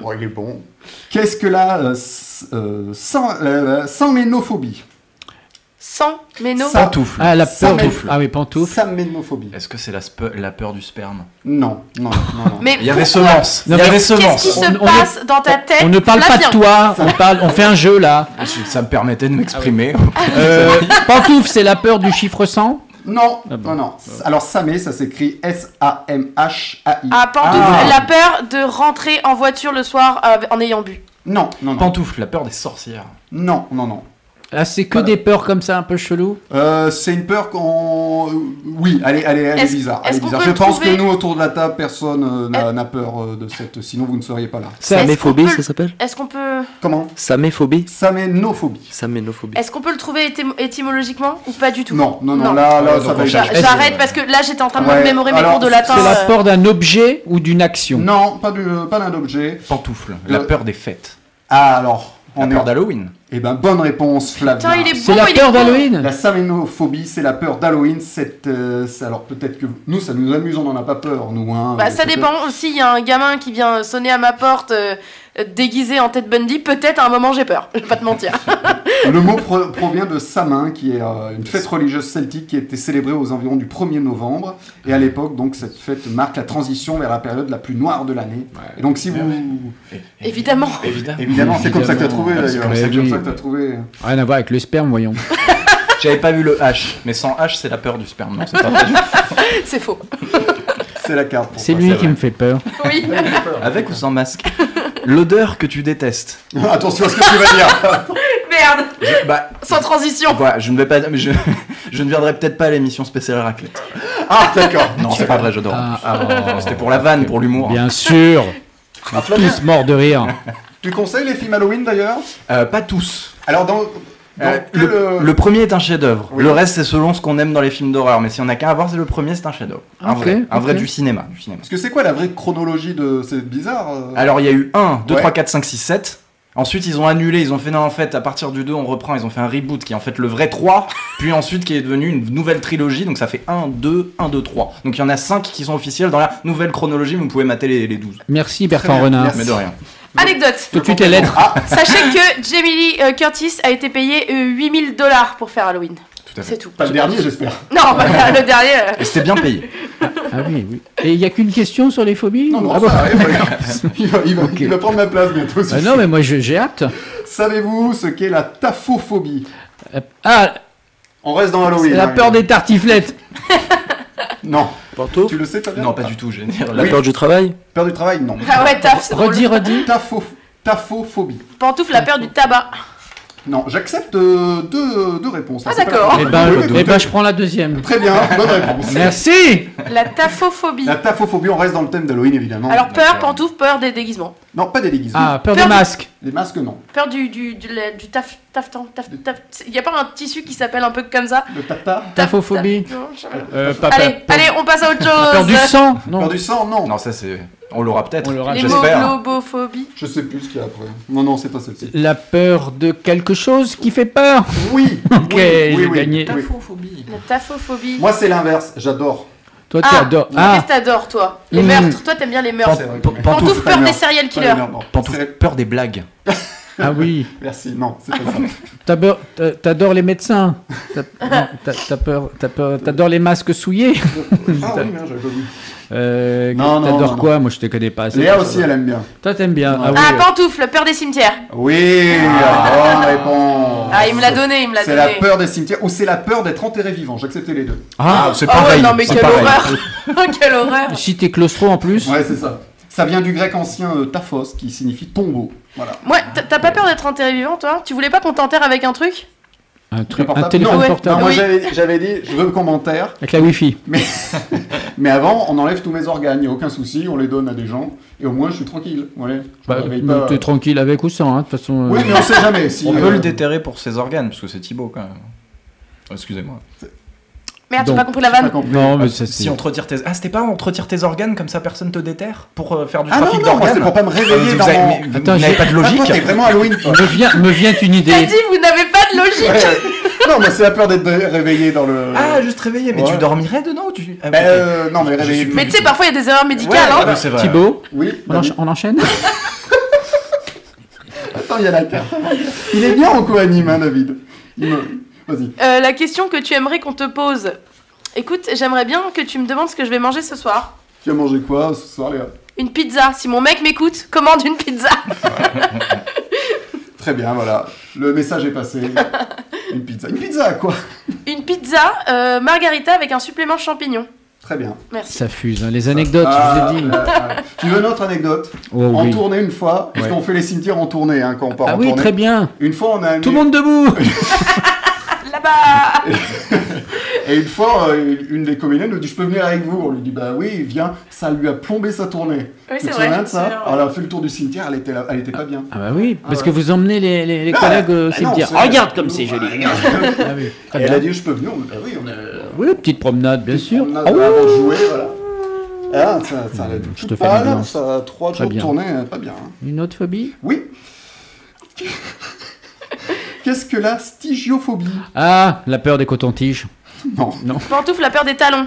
B: Bon, il est bon. Qu'est-ce que la euh, s- euh, sans, euh, sans ménophobie
C: Sans méno.
B: Pantoufle.
D: Ah, la
B: Ça
D: peur. du-
B: m'étouffe.
D: Ah oui, pantoufle.
B: Ça ménophobie.
H: Est-ce que c'est la, spe- la peur du sperme
B: Non, non, non. non.
C: Mais
H: Il y avait
C: pourquoi
H: semence.
D: Non,
H: Il y
D: mais-
H: avait
C: Qu'est-ce
H: semence.
C: qui se
D: On- on
C: passe dans ta tête
D: On ne parle pas
C: Flavien
D: de toi, on, parle, on fait un jeu là.
H: Ça me permettait de m'exprimer.
B: [laughs]
D: Euh, pantoufle, c'est la peur du chiffre 100
B: Non, non, non. Alors, Samé, ça s'écrit S-A-M-H-A-I.
C: Ah, pantoufle,
B: Ah.
C: la peur de rentrer en voiture le soir euh, en ayant bu.
B: Non, non, non.
H: [laughs] Pantoufle, la peur des sorcières.
B: Non, non, non.
D: Là, Ah, c'est que des peurs comme ça un peu chelou.
B: Euh, c'est une peur qu'on. Oui, elle est, elle est, elle est
C: Est-ce-
B: bizarre. elle
C: est-ce
B: est
C: qu'on
B: bizarre.
C: peut
B: Je
C: le
B: pense
C: trouver
B: que nous, autour de la table, personne euh, n'a n'a peur euh, de cette. Sinon, vous ne seriez pas là.
E: Saméphobie,
C: qu'on peut-
E: ça s'appelle
C: Est-ce qu'on peut,
B: Comment
E: Saméphobie
B: Saménophobie.
E: Saménophobie.
C: est-ce qu'on peut le trouver étym- étymologiquement ou pas du tout
B: Non, non, non, là, là, ça va être.
C: J'a- Bah, J'arrête parce que là j'étais en train de
B: Ouais,
C: me mémorer mes
B: alors,
C: cours de latin.
D: C'est la
C: euh,
D: peur d'un objet ou d'une action.
B: Non, pas du- pas d'un objet.
H: Pantoufle, la
B: Le-
H: peur des fêtes.
B: Ah, alors,
H: La
B: on
H: peur
B: est.
H: d'Halloween.
B: Eh ben, bonne réponse, Flavien.
C: Putain, il est
D: C'est
C: bon,
D: la
C: il
D: peur
C: est bon.
D: d'Halloween
B: La saménophobie, c'est la peur d'Halloween. cette, euh, c'est- alors peut-être que nous, ça nous amuse, on n'en a pas peur, nous. Hein,
C: Bah
B: Euh,
C: ça
B: peut-être-
C: dépend aussi, il y a un gamin qui vient sonner à ma porte euh, euh, déguisé en tête Bundy, peut-être à un moment j'ai peur, je vais pas te mentir.
B: Le mot pro- provient de Samin, qui est euh, une fête religieuse celtique qui était célébrée aux environs du 1er novembre. Et à l'époque, donc, cette fête marque la transition vers la période la plus noire de l'année. Et donc, si vous.
C: Évidemment.
B: Évidemment, c'est comme ça que tu as trouvé, d'ailleurs. C'est comme ça que tu as trouvé. euh,
D: Rien à voir avec le sperme, voyons.
B: Oh,
H: J'avais pas vu le H, mais sans H, c'est la peur du sperme. Non, c'est pas vrai.
C: C'est faux. [laughs]
B: bah, C'est la carte.
D: C'est lui qui me fait peur.
C: Oui.
H: [laughs] Avec ou sans masque L'odeur que tu détestes.
B: [laughs] Attention à ce que tu vas dire.
C: [laughs] Merde.
H: Je- bah,
C: Sans transition.
H: voilà, je ne vais pas, mais je, [laughs] je ne viendrai peut-être pas à l'émission spéciale raclette.
B: Ah, d'accord.
H: Non, c'est pas vrai, j'adore.
D: ah.
H: oh. C'était pour la vanne, pour l'humour.
B: [laughs]
D: Bien sûr. On est tous morts de rire.
B: Tu conseilles les films Halloween, d'ailleurs
H: Euh, pas tous.
B: Alors, dans. dans
H: Euh,
B: que
H: le,
B: le-
H: le premier est un chef-d'œuvre.
B: Oui.
H: Le reste, c'est selon ce qu'on aime dans les films d'horreur. Mais si on a qu'un à voir, c'est le premier, c'est un chef-d'œuvre. Un
D: Ok,
H: vrai, un vrai
D: ok.
H: du cinéma. Du cinéma.
B: Parce que c'est quoi la vraie chronologie de. C'est bizarre. euh.
H: Alors il y a eu 1, 2,
B: Ouais.
H: 3, 4, 5, 6, 7. Ensuite ils ont annulé, ils ont fait non en fait à partir du 2 on reprend, ils ont fait un reboot qui est en fait le vrai [laughs] 3, puis ensuite qui est devenu une nouvelle trilogie, donc ça fait 1, 2, 1, 2, 3. Donc il y en a 5 qui sont officiels dans la nouvelle chronologie, mais vous pouvez mater les, les 12.
D: Merci Bertrand Renard.
H: Mais de rien.
C: Anecdote.
D: Tout de suite les lettres.
B: Ah.
C: Sachez que Jamie Lee euh, Curtis a été payé 8000 dollars pour faire Halloween.
H: Tout à fait.
C: C'est tout.
B: Pas le dernier, j'espère.
C: Non, [laughs] bah, le dernier. euh,
H: Et c'était bien payé.
D: Ah oui, oui. Et il n'y a qu'une question sur les phobies
B: Non, non,
D: Ah
B: ça
D: bon
B: arrive, regarde. il, va, il va-
D: Ok.
B: il va prendre ma place bientôt.
D: Ah non, mais moi je- j'ai hâte.
B: Savez-vous ce qu'est la taphophobie
D: Ah,
B: On reste dans
D: c'est
B: Halloween.
D: la
B: hein.
D: peur des tartiflettes.
B: Non.
E: Porto
B: Tu le sais, Fabien
H: [laughs] Non pas du tout, j'ai
E: La peur du travail
B: Peur du travail, non.
C: Ah ouais, taf. c'est drôle.
D: Redis, redis.
B: Tapho- Taphophobie.
C: Pantoufle, la peur du tabac.
B: Non, j'accepte euh, deux, deux réponses. là,
C: Ah,
B: c'est pas
C: d'accord.
B: grave.
D: Eh ben,
B: Oui, oui,
D: eh
B: tout
D: ben,
B: est-
D: je prends la deuxième.
B: Très bien, bonne réponse.
D: Merci.
C: La taphophobie.
B: La taphophobie, on reste dans le thème d'Halloween évidemment.
C: Alors peur,
B: Donc, euh,
C: pantoufle, peur des déguisements.
B: Non, pas des déguisements.
D: Ah,
C: Peur
D: peur des
C: du-
D: masques.
B: Les masques, non.
C: Peur du, du, du, la- du taf, taftan, taf, taf. Y a pas un tissu qui s'appelle un peu comme ça
B: Le tata
D: Taphophobie.
C: Non, je sais pas.
D: Euh, pas
C: Allez,
D: peur-
C: allez, on passe à autre chose.
D: Peur du sang.
B: Peur
D: Non.
B: du sang, non.
H: Non ça c'est... On l'aura peut-être,
D: On l'aura,
H: j'espère.
C: L'hémoglobophobies.
B: Je sais plus ce qu'il y a après. Non, non, c'est pas celle-ci.
D: La peur de quelque chose qui fait peur.
B: Oui
D: Ok,
B: oui,
D: j'ai
B: oui, oui.
D: gagné.
B: Oui.
C: La taphophobie.
B: Moi, c'est l'inverse, j'adore.
D: Toi, tu
C: ah,
D: adores.
C: qu'est-ce
D: Ah,
C: que t'adores, toi Les
D: Mm.
C: meurtres. Toi, t'aimes bien les meurtres.
B: C'est vrai.
C: Pantoufle, peur
B: Pas
C: des
B: les
C: serial
B: Pas les
C: killers.
B: mères, non.
H: Pantoufle,
B: C'est-
H: peur des blagues.
D: ah oui.
B: Merci, non, c'est pas ça.
D: T'as peur- t'as- T'adores les médecins.
C: [laughs]
D: T'as- non, t'as- T'as peur. T'as peur. T'adores les masques souillés.
B: Ah oui, merde, j'avais pas vu.
D: Euh,
B: Non, non, non,
D: T'adores
B: non.
D: quoi Moi, je te connais pas. assez.
B: Léa aussi, elle aime bien.
D: Toi, t'aimes bien. Ah,
C: Ah,
D: oui.
C: pantoufle, peur des cimetières.
B: Oui, bonne réponse.
C: Ah, il me l'a donné, il me l'a
B: C'est
C: donné.
B: la peur des cimetières ou c'est la peur d'être enterré vivant. J'acceptais les deux.
H: Ah, c'est
C: Ah ouais,
H: pareil.
C: non, mais
H: c'est
C: quelle
H: pareil.
C: horreur. [laughs] quelle horreur.
D: Si t'es claustro en plus.
B: Ouais, c'est ça. Ça vient du grec ancien euh, taphos qui signifie tombeau. Voilà.
C: Moi, t'as- t'as pas peur d'être enterré vivant, toi Tu voulais pas qu'on t'enterre avec un truc
D: Un, truc,
B: Portable.
D: un téléphone
B: Non,
C: ouais.
D: portable.
B: non, moi
C: Oui.
B: j'avais- j'avais dit, je veux le commentaire,
D: Avec la Wi-Fi.
B: mais avant on enlève tous mes organes, y a aucun souci, on les donne à des gens, et au moins je suis tranquille. Voilà. Je
D: Bah,
B: me réveille
D: mais
B: pas.
D: T'es tranquille avec ou sans, hein, de toute façon.
B: Oui,
D: euh,
B: mais on sait jamais. Si,
H: On peut
B: euh,
H: le déterrer pour ses organes, parce que c'est Thibaut quand même. Oh, Excusez-moi.
N: Ah,
C: Merde, j'ai
D: Donc,
C: pas compris la
B: j'ai pas
C: vanne.
B: compris.
D: Non, mais ça,
H: Si
D: c'est.
H: on te retire tes... Ah, c'était pas on te retire tes organes, comme ça personne te déterre Pour euh, faire du
B: Ah non,
H: trafic
B: non, moi,
H: d'organes
B: c'est pour pas me réveiller
H: vous
B: dans
H: avez-
B: mon-
H: mais vous
D: Attends,
H: n'avez
D: j'ai-
H: pas de
B: Ah, toi,
H: logique
B: t'es vraiment Halloween. toi.
D: Me vient, me vient une
C: T'as
D: idée.
C: dit, vous n'avez pas de logique.
B: Ouais, euh, non, moi c'est la peur d'être réveillé dans le.
H: Ah, juste réveillé, mais
B: Ouais.
H: tu dormirais dedans ou tu... Ah,
B: Bah,
H: ok.
B: euh, non, mais
H: Je
B: réveillé.
H: suis-
C: Mais tu sais, parfois, il y a des erreurs médicales.
H: Ouais,
C: hein.
H: ouais, c'est vrai.
D: Thibaut,
B: Oui.
D: on, encha- on enchaîne
B: Attends, il y a la carte. Il est bien en co-anime, hein, David. Il me- Vas-y.
C: Euh, la question que tu aimerais qu'on te pose. Écoute, j'aimerais bien que tu me demandes ce que je vais manger ce soir.
B: Tu as mangé quoi ce soir, Léa
C: Une pizza. Si mon mec m'écoute, [laughs] commande une pizza.
B: Très bien, voilà. Le message est passé. Une pizza. Une pizza, quoi
C: Une pizza euh, margarita avec un supplément champignon.
B: Très bien.
C: Merci.
D: Ça fuse, hein, les anecdotes,
B: Ah,
D: je vous ai dit.
B: euh, euh, tu veux une autre anecdote
D: Oh,
B: En
D: oui.
B: tournée une fois, parce
D: Ouais.
B: qu'on fait les cimetières en tournée hein, quand on part
D: Ah
B: en
D: oui,
B: tournée.
D: très bien.
B: Une fois, on a amené-
D: Tout le monde debout
C: Là-bas
B: Et une fois, euh, une des comédiennes nous dit Je peux venir avec vous On lui dit Bah oui, viens. Ça lui a plombé sa tournée.
C: Oui,
B: Tu
C: c'est
B: te
C: vrai.
B: souviens de
C: je
B: ça
C: me souviens.
B: Alors, Elle a fait le tour du cimetière, elle était, là- elle était pas bien.
D: Ah bah oui, parce
B: ouais.
D: que vous emmenez les, les, les
B: Ah,
D: collègues
B: bah
D: au
B: non,
D: euh, cimetière.
B: c'est-
D: Regarde comme c'est
B: Ah,
D: joli.
B: regarde.
D: Ah oui,
B: Et
D: très
B: elle a
D: bien.
B: dit Je peux venir On dit, Bah oui, on est.
D: Oui, petite promenade, bien sûr.
B: On a
D: Ah oui,
B: avant de jouer, voilà. Ah, ça, ça a l'air
D: Je
B: tout
D: te fais
B: pâle,
D: l'ambiance.
B: ça a trois
D: Très
B: jours de
D: bien.
B: tournée, euh, pas bien. hein.
D: Une autre phobie
B: Oui. Qu'est-ce que la stygiophobie
D: Ah, la peur des cotons-tiges.
B: Non,
C: Pantoufle, la peur des talons.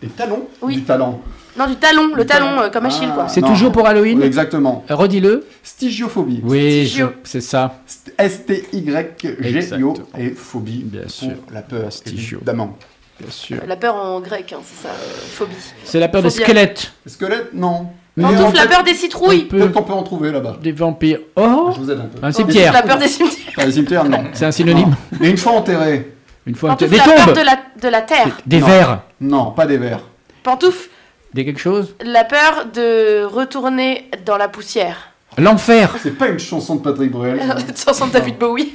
B: des talons
C: Oui.
B: Du talent.
C: Non, du talon, le talon, euh, comme Achille, quoi.
D: C'est toujours pour Halloween
B: Exactement.
D: Redis-le.
B: Stygiophobie.
D: Oui,
B: Stygio.
D: je- c'est ça.
B: S-T-Y-G-I-O
D: Exactement.
B: et phobie. Bien
D: sûr.
B: La peur, évidemment.
D: Bien sûr.
C: La peur en grec, hein, c'est ça, euh, phobie.
D: C'est la peur des
C: Phobie.
D: squelettes.
B: Squelette, non.
C: On
B: Mais
C: trouve
B: en
C: la
B: fait,
C: peur des citrouilles.
B: Peut-être qu'on peut en trouver là-bas.
D: Des vampires. Oh
B: Je vous aide un peu.
D: Un cimetière.
C: La peur des cimetières.
D: Ah,
B: Pas les cimetières, non.
D: C'est un synonyme.
B: Mais une fois enterré.
D: Une fois
C: Pantoufle,
D: Des
C: la peur
D: tombes
C: de la, de la terre.
D: Des
B: Non.
D: vers.
B: Non, pas des vers.
C: Pantoufle,
D: Des quelque chose
C: la peur de retourner dans la poussière. [laughs]
D: L'enfer.
B: C'est pas une chanson de Patrick Bruel.
C: Ah.
B: ça.
C: Chanson de David Bowie.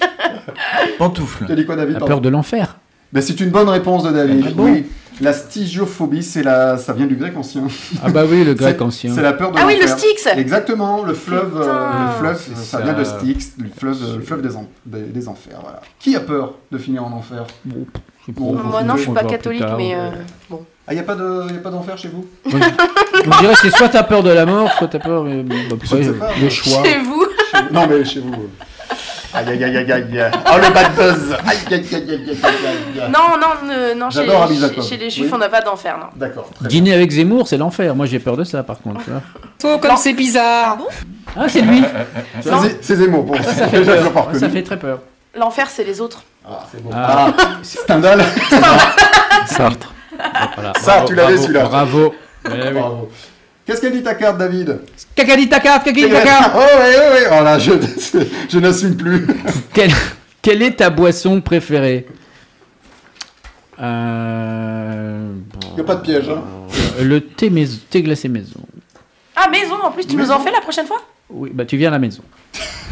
H: Pantoufle.
B: T'as dit quoi, David
D: La
B: pardon
D: peur de l'enfer.
B: Ben, c'est une bonne réponse de David.
D: Ah bon
B: oui. La stygiophobie, c'est la... ça vient du grec ancien.
D: Ah bah oui, le grec
B: C'est-
D: ancien.
B: C'est la peur de
C: Ah oui, le
B: l'enfer.
C: Styx
B: Exactement, le fleuve, euh,
C: Putain.
B: le fleuve
D: C'est
B: ça,
D: ça.
B: vient de Styx, le fleuve, le fleuve des, en- des, des enfers. Voilà. Qui a peur de finir en enfer
D: Bon, je sais
B: Bon,
D: pas.
C: Moi, non, je suis
D: On
C: pas
D: le verra plus
C: catholique,
D: tard.
C: mais. euh, bon.
B: Ah, il n'y a pas de- y a pas d'enfer chez vous
C: euh,
D: On dirait que c'est soit t'as peur de la mort, soit t'as peur. euh, bah, après,
B: sais pas.
D: le choix.
C: [laughs] Chez vous
B: Non, mais chez vous. euh. Aïe, aïe, aïe, aïe, aïe. aïe. Oh, le bad buzz Aïe, aïe, aïe, aïe, aïe, aïe, aïe.
C: Non, non, ne- non, chez,
B: J'adore Rabbi
C: chez-
B: Jacob.
C: chez les juifs,
B: Oui.
C: on n'a pas d'enfer, non.
B: D'accord. très bien.
D: Dîner avec Zemmour, c'est l'enfer. Moi, j'ai peur de ça, par contre. tu vois.
M: Oh, comme c'est bizarre.
D: Ah, c'est lui. Ah,
B: Ça, c'est- C'est Zemmour pour ça. J'ai pas
D: Ça
B: reconnu.
D: fait très peur.
C: L'enfer, c'est les autres.
B: Ah, c'est bon.
D: Ah.
B: Ah, Stendhal
E: Sartre.
D: Voilà,
B: Ça, tu l'avais,
D: bravo,
B: celui-là.
D: Bravo. Eh oui.
B: Bravo. Qu'est-ce qu'elle dit ta carte, David
D: Kakadi Takar,
B: [laughs]
D: Kakadi
B: Oh,
D: Takar.
B: ouais, ouais, ouais. Oh là, je, [laughs] je n'assume plus.
D: Quelle, quelle est ta boisson préférée euh...
B: Il a pas de piège. Hein.
D: Le thé, maison, thé glacé maison.
C: Ah, maison, en plus, tu nous en fais la prochaine fois
D: Oui, bah tu viens à la maison.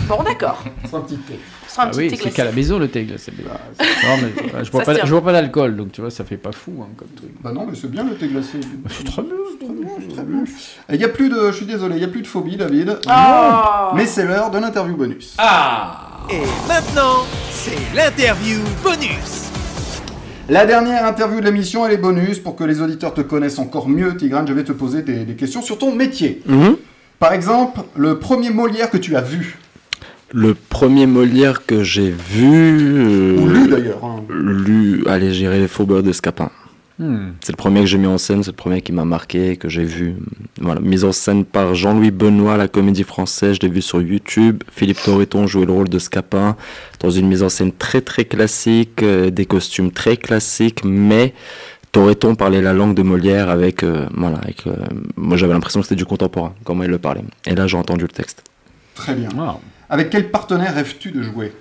C: Bon, d'accord.
B: C'est un petit thé.
C: Ce sera un
D: Ah
C: petit
D: oui,
C: thé
D: c'est
C: glacé.
D: qu'à la maison le thé glacé maison. Non, mais, voilà, je, bois
C: Ça se
D: pas,
C: tient.
D: je bois pas d'alcool, donc tu vois, ça fait pas fou hein, comme truc.
B: Bah non, mais c'est bien le thé glacé.
D: C'est très bien.
B: C'est très bien, c'est très bien. Il n'y a plus de. Je suis désolé, il n'y a plus de phobie, David.
C: Ah.
B: Mais c'est l'heure de l'interview bonus. Ah.
A: Et maintenant, c'est l'interview bonus.
B: La dernière interview de l'émission, elle est bonus. Pour que les auditeurs te connaissent encore mieux, Tigrane, je vais te poser des, des questions sur ton métier. Par exemple, le premier Molière que tu as vu,
E: Le premier Molière que j'ai vu.
B: ou
E: euh,
B: lu d'ailleurs. hein.
E: lu Allez gérer les faubourgs de Scapin.
D: Hmm.
E: C'est le premier que j'ai mis en scène, c'est le premier qui m'a marqué, que j'ai vu. Voilà, mise en scène par Jean-Louis Benoît, la comédie française, je l'ai vu sur YouTube. Philippe Torreton jouait le rôle de Scapin dans une mise en scène très très classique, euh, des costumes très classiques, mais Torreton parlait la langue de Molière avec, euh, voilà, avec, euh, moi j'avais l'impression que c'était du contemporain, comment il le parlait. Et là j'ai entendu le texte.
B: Très bien.
D: Wow.
B: Avec quel partenaire rêves-tu de jouer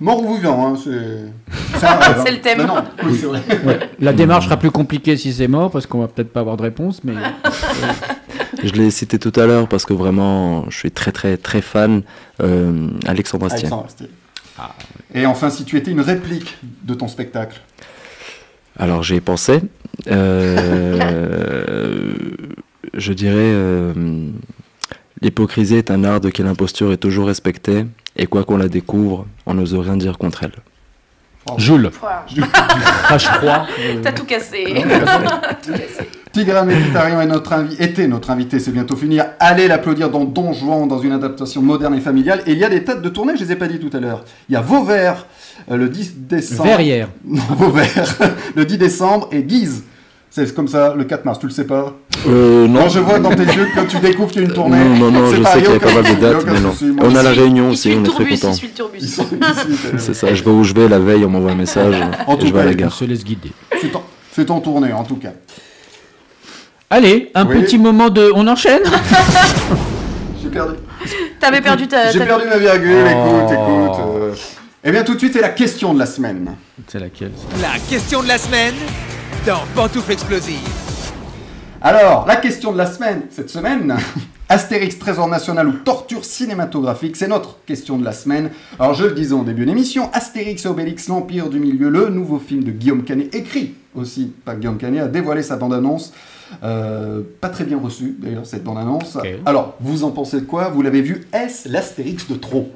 B: Mort ou vivant, hein, c'est. C'est un
C: [laughs]
B: rêve, hein.
C: C'est le thème.
B: Mais non, oui, c'est vrai.
D: La démarche sera plus compliquée si c'est mort, parce qu'on va peut-être pas avoir de réponse, mais
E: Je l'ai cité tout à l'heure parce que vraiment je suis très très très fan, euh, Alexandre Astier.
B: Alexandre Astier. Et enfin, si tu étais une réplique de ton spectacle,
E: Alors j'y ai pensé. Euh, je dirais euh, l'hypocrisie est un art de quelle imposture est toujours respectée et quoi qu'on la découvre, on n'ose rien dire contre elle.
D: Jules,
C: Pouah,
D: H3.
C: [laughs] T'as tout cassé.
B: Tigrane Méditarian est notre invi- était notre invité, c'est bientôt fini. Allez l'applaudir dans Don Juan, dans une adaptation moderne et familiale. Et il y a des têtes de tournée, je les ai pas dit tout à l'heure. Il y a Vauvert euh, le 10 décembre.
D: Verrières.
B: Non, [laughs] Vauvert le 10 décembre et Guise. C'est comme ça le 4 mars, tu le sais pas
E: Euh, non,
B: Non, je vois dans tes yeux que tu découvres qu'il y a une tournée.
E: non, non, non,
B: C'est
E: je sais qu'il y
B: y a
E: a pas mal
B: aucun-
E: de dates,
B: il y a
E: mais
B: aucun
E: non.
B: souci, moi,
E: On a la
C: Il-
E: réunion
C: il
E: aussi,
C: suit le
E: on est très
C: tourbus,
E: content.
C: Il suit le tourbus.
B: [laughs] ils sont ici, c'est-
E: [laughs] C'est ça, je vais où je vais la veille, on m'envoie un message
B: En
E: et
B: tout
E: je vais à
B: cas,
E: la
D: On
E: gare.
D: se laisse guider.
B: C'est en- C'est en tournée, en tout cas.
D: Allez, un
B: Oui.
D: petit moment de. On [laughs] enchaîne
B: J'ai perdu.
C: T'avais perdu ta.
B: J'ai
C: ta-
B: perdu ma virgule,
D: Oh.
B: écoute, écoute. euh. Eh bien, tout de suite, c'est la question de la semaine.
D: C'est laquelle ça
A: La question de la semaine dans Pantoufle Explosive.
B: Alors, la question de la semaine, cette semaine, [laughs] Astérix, Trésor National ou Torture Cinématographique, c'est notre question de la semaine. Alors, je le disais en début d'émission, Astérix et Obélix, l'Empire du Milieu, le nouveau film de Guillaume Canet, écrit aussi par Guillaume Canet, a dévoilé sa bande-annonce. Euh, pas très bien reçue, d'ailleurs, cette bande-annonce.
D: Ok.
B: Alors, vous en pensez de quoi Vous l'avez vu, est-ce l'Astérix de trop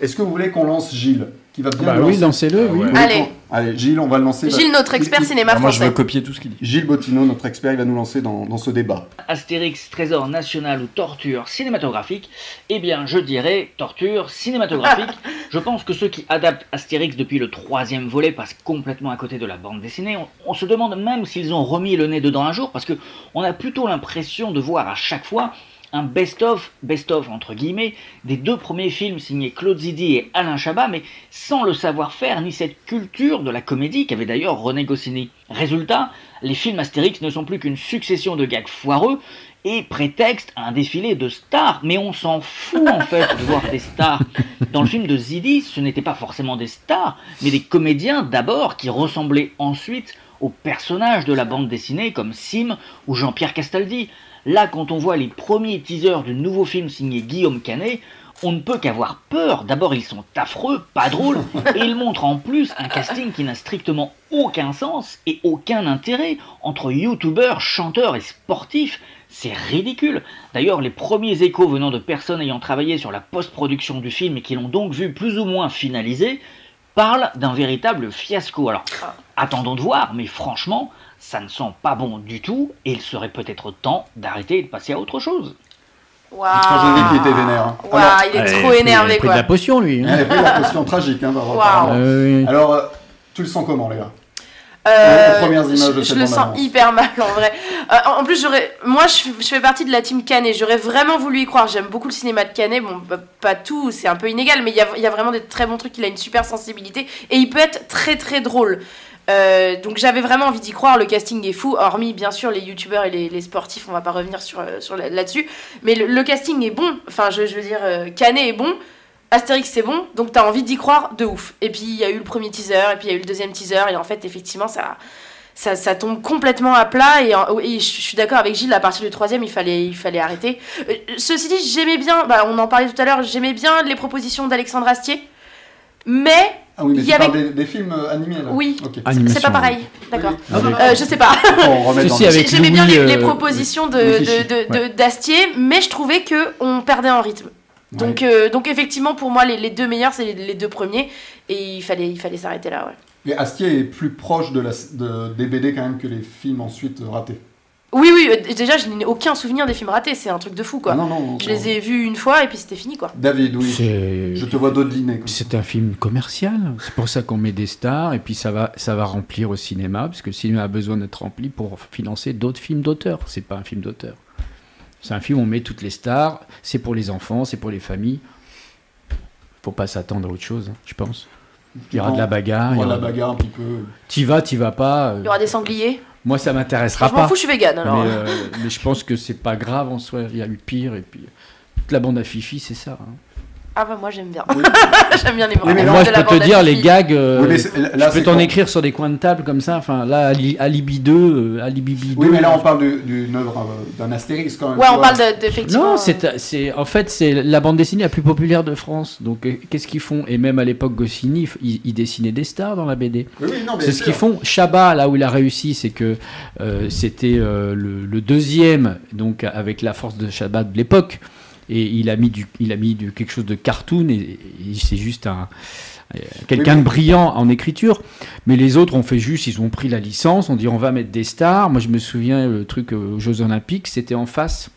B: Est-ce que vous voulez qu'on lance Gilles qui va bien
D: Bah
B: le
D: oui,
B: lancer
D: lancez-le, oui.
H: Ah,
B: Vous voulez
N: Ah.
C: Allez.
B: qu'on- Allez, Gilles, on va le lancer.
C: Gilles, notre expert
B: Il- il-
C: cinéma Alors moi, je français. veux
H: copier tout ce qu'il dit.
B: Gilles Bottineau, notre expert, il va nous lancer dans, dans ce débat.
N: Astérix, trésor national ou torture cinématographique Eh bien, je dirais torture cinématographique. je pense que ceux qui adaptent Astérix depuis le troisième volet passent complètement à côté de la bande dessinée. On, on se demande même s'ils ont remis le nez dedans un jour, parce que on a plutôt l'impression de voir à chaque fois un best-of, best-of entre guillemets, des deux premiers films signés Claude Zidi et Alain Chabat, mais sans le savoir-faire ni cette culture de la comédie qu'avait d'ailleurs René Goscinny. Résultat, les films Astérix ne sont plus qu'une succession de gags foireux et prétexte à un défilé de stars, mais on s'en fout en fait de voir des stars. Dans le film de Zidi, ce n'était pas forcément des stars, mais des comédiens d'abord qui ressemblaient ensuite aux personnages de la bande dessinée comme Sim ou Jean-Pierre Castaldi. Là, quand on voit les premiers teasers du nouveau film signé Guillaume Canet, on ne peut qu'avoir peur. D'abord, ils sont affreux, pas drôles, et ils montrent en plus un casting qui n'a strictement aucun sens et aucun intérêt entre youtubeurs, chanteurs et sportifs. C'est ridicule. D'ailleurs, les premiers échos venant de personnes ayant travaillé sur la post-production du film et qui l'ont donc vu plus ou moins finalisé parlent d'un véritable fiasco. Alors, attendons de voir, mais franchement, ça ne sent pas bon du tout et il serait peut-être temps d'arrêter et de passer à autre chose.
C: Waouh.
B: Quand j'ai dit qu'il était vénère. hein.
C: Waouh, il
D: Ah,
C: est trop énervé quoi.
B: potion, lui.
C: hein.
B: Il a pris de la potion tragique, hein, Barbara,
C: Waouh.
B: apparemment.
D: Euh,
B: Alors, euh, tu le sens comment, les gars
C: Euh,
B: Les premières images de
C: je, je
B: cette
C: le
B: bande-annonce.
C: sens hyper mal en vrai. Euh, en- en plus, j'aurais, moi, je, je fais partie de la team Canet. J'aurais vraiment voulu y croire. J'aime beaucoup le cinéma de Canet. Bon, bah, pas tout, c'est un peu inégal, mais il y a, il y a vraiment des très bons trucs. Il a une super sensibilité et il peut être très très drôle. Euh, donc j'avais vraiment envie d'y croire, le casting est fou, hormis bien sûr les youtubeurs et les, les sportifs, on va pas revenir sur, euh, sur la- là-dessus, mais le, le casting est bon, enfin je, je veux dire, euh, Canet est bon, Astérix c'est bon, donc t'as envie d'y croire de ouf. Et puis il y a eu le premier teaser, et puis il y a eu le deuxième teaser, et en fait effectivement ça, ça, ça tombe complètement à plat, et, en- et je je suis d'accord avec Gilles, à partir du troisième il fallait, il fallait arrêter. Euh, ceci dit, j'aimais bien, bah, on en parlait tout à l'heure, j'aimais bien les propositions d'Alexandre Astier, mais...
B: Ah oui, mais
C: il
B: tu
C: y avait...
B: parles des, des films euh, animés, là
C: Oui,
B: Ok.
C: c'est- c'est pas pareil, d'accord.
B: Ah, d'accord.
C: Euh, je sais pas.
B: On remet dans
C: J'ai-
B: le-
C: J'aimais bien les,
D: euh,
C: les propositions de-
B: Louis Fichy,
C: de- de-
B: ouais.
C: de- d'Astier, mais je trouvais que on perdait en rythme. Donc, euh, donc effectivement, pour moi, les, les deux meilleurs, c'est les, les deux premiers, et il fallait, il fallait s'arrêter là, ouais.
B: Mais Astier est plus proche de la, de, des BD quand même que les films ensuite euh, ratés.
C: Oui, oui, euh, déjà, je n'ai aucun souvenir des films ratés, c'est un truc de fou, quoi.
B: Ah non, non, non,
C: je les ai vus une fois, et puis c'était fini, quoi.
B: David, oui. Je te vois dodeliner. quoi.
D: C'est un film commercial. C'est pour ça qu'on met des stars et puis ça va, ça va remplir au cinéma parce que le cinéma a besoin d'être rempli pour financer d'autres films d'auteur. C'est pas un film d'auteur. C'est un film où on met toutes les stars. C'est pour les enfants, c'est pour les familles. Faut pas s'attendre à autre chose, hein, je pense. Il y aura de la bagarre.
B: Il y aura
D: Ah, il
B: de Oh, la bagarre un petit peu.
D: T'y vas, t'y vas pas. euh,
C: Il y aura des sangliers.
D: Moi, ça m'intéressera
C: Je
D: pas.
C: m'en fous, je suis vegan, alors. hein.
D: Mais, euh, mais je pense que c'est pas grave en soi. Il y a eu pire et puis toute la bande à Fifi, c'est ça. hein.
C: Ah bah moi, j'aime bien. [laughs] j'aime bien les
D: Oui, mais
C: morceaux
D: moi,
C: de
D: je
C: la
D: peux
C: bande
D: te
C: à
D: dire, les
C: Fifi.
D: gags, euh,
B: Oui, mais c'est- là,
D: je
B: c'est
D: peux t'en
B: quand-
D: écrire sur des coins de table comme ça. Enfin, là, Ali- Alibi 2, euh, Alibi 2.
B: Oui, mais là, on parle du- d'une œuvre, euh, d'un Astérix quand même.
C: Ouais,
B: tu
C: on
B: vois.
C: parle de- d'effectivement. euh,
D: Non, c'est, c'est, en fait, c'est la bande dessinée la plus populaire de France. Donc, euh, qu'est-ce qu'ils font Et même à l'époque, Goscinny, il, il dessinait des stars dans la BD.
B: Oui, oui, non, mais
D: c'est ce
B: sûr.
D: qu'ils font. Chabat, là où il a réussi, c'est que euh, c'était euh, le, le deuxième, donc avec la force de Chabat de l'époque. Et il a mis, du, il a mis du, quelque chose de cartoon, et, et c'est juste un. euh, Quelqu'un
B: Oui, mais-
D: de brillant en écriture, mais les autres ont fait juste, ils ont pris la licence, on dit on va mettre des stars. Moi je me souviens le truc euh, aux Jeux Olympiques, c'était en face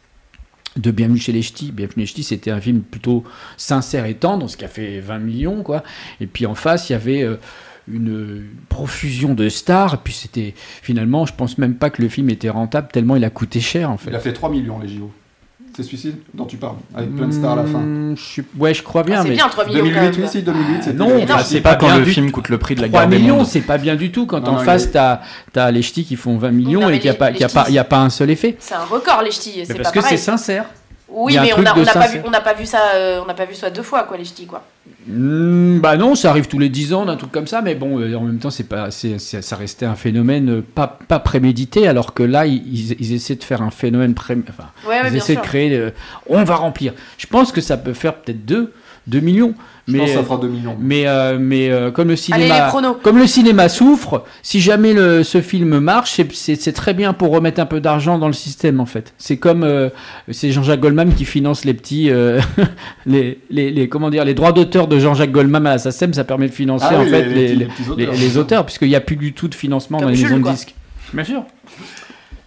D: de Bienvenue chez les Ch'tis. Bienvenue chez les Ch'tis, c'était un film plutôt sincère et tendre, ce qui a fait 20 millions, quoi. Et puis en face, il y avait euh, une profusion de stars. Et puis c'était finalement, je pense même pas que le film était rentable tellement il a coûté cher, en fait.
B: Il a fait 3 millions, les JO. C'est celui-ci dont tu parles, avec plein de stars à la fin.
D: Mmh, je suis- Ouais, je crois bien.
B: Ah, c'est
D: mais...
B: bien, 3 millions, 2008, quand même. oui, si, 2008, c'était-
D: Non,
B: Et non,
D: bah,
B: c'est
D: c'est
B: pas
D: pas,
B: quand
D: bien
B: le
D: du
B: film
D: tout.
B: coûte le prix de la
D: 3
B: guerre des
D: millions,
B: mondes.
D: c'est pas bien du tout quand
B: Non,
D: en
B: non, il
D: face,
B: est-
D: t'as as les ch'tis qui font 20 millions
C: Non, mais
D: et qu'il n'y a,
C: les-
D: pas-
C: les
D: qu'il y a, pas-
C: ch'tis-
D: il y a pas un seul effet.
C: C'est un record, les ch'tis. C'est
D: parce
C: pas
D: que
C: pareil.
D: c'est sincère. Il
C: Oui,
D: y a un
C: mais on
D: truc
C: a-
D: de
C: on n'a pas, vu-
D: sincère.
C: on n'a pas vu ça, euh, on n'a pas vu ça deux fois, quoi, les ch'tis, quoi.
D: Hmm, bah non, ça arrive tous les 10 ans, d'un truc comme ça, mais bon, euh, en même temps, c'est pas, c'est- c'est- ça restait un phénomène euh, pas, pas prémédité, alors que là, ils, ils- ils essaient de faire un phénomène pré- enfin,
C: Ouais, ouais,
D: ils
C: bien
D: essaient
C: sûr.
D: de créer, euh, on va remplir. Je pense que ça peut faire peut-être deux, 2 millions.
B: Je pense que ça fera 2 millions.
D: Mais, euh, mais euh, comme, le
C: Allez, les
D: cinéma,
C: pronos.
D: comme le cinéma souffre, si jamais le- ce film marche, c'est- c'est c'est très bien pour remettre un peu d'argent dans le système en fait. C'est comme euh, c'est Jean-Jacques Goldman qui finance les petits euh, [laughs] les, les, les- comment dire les droits d'auteur de Jean-Jacques Goldman à la SACEM, ça permet de financer
B: Ah
D: en
B: oui,
D: fait
B: les-
D: les,
B: les
D: les-
B: petits
D: les-
B: auteurs.
D: les auteurs puisqu'il n'y a plus du tout de financement dans les maisons de disques. Bien sûr.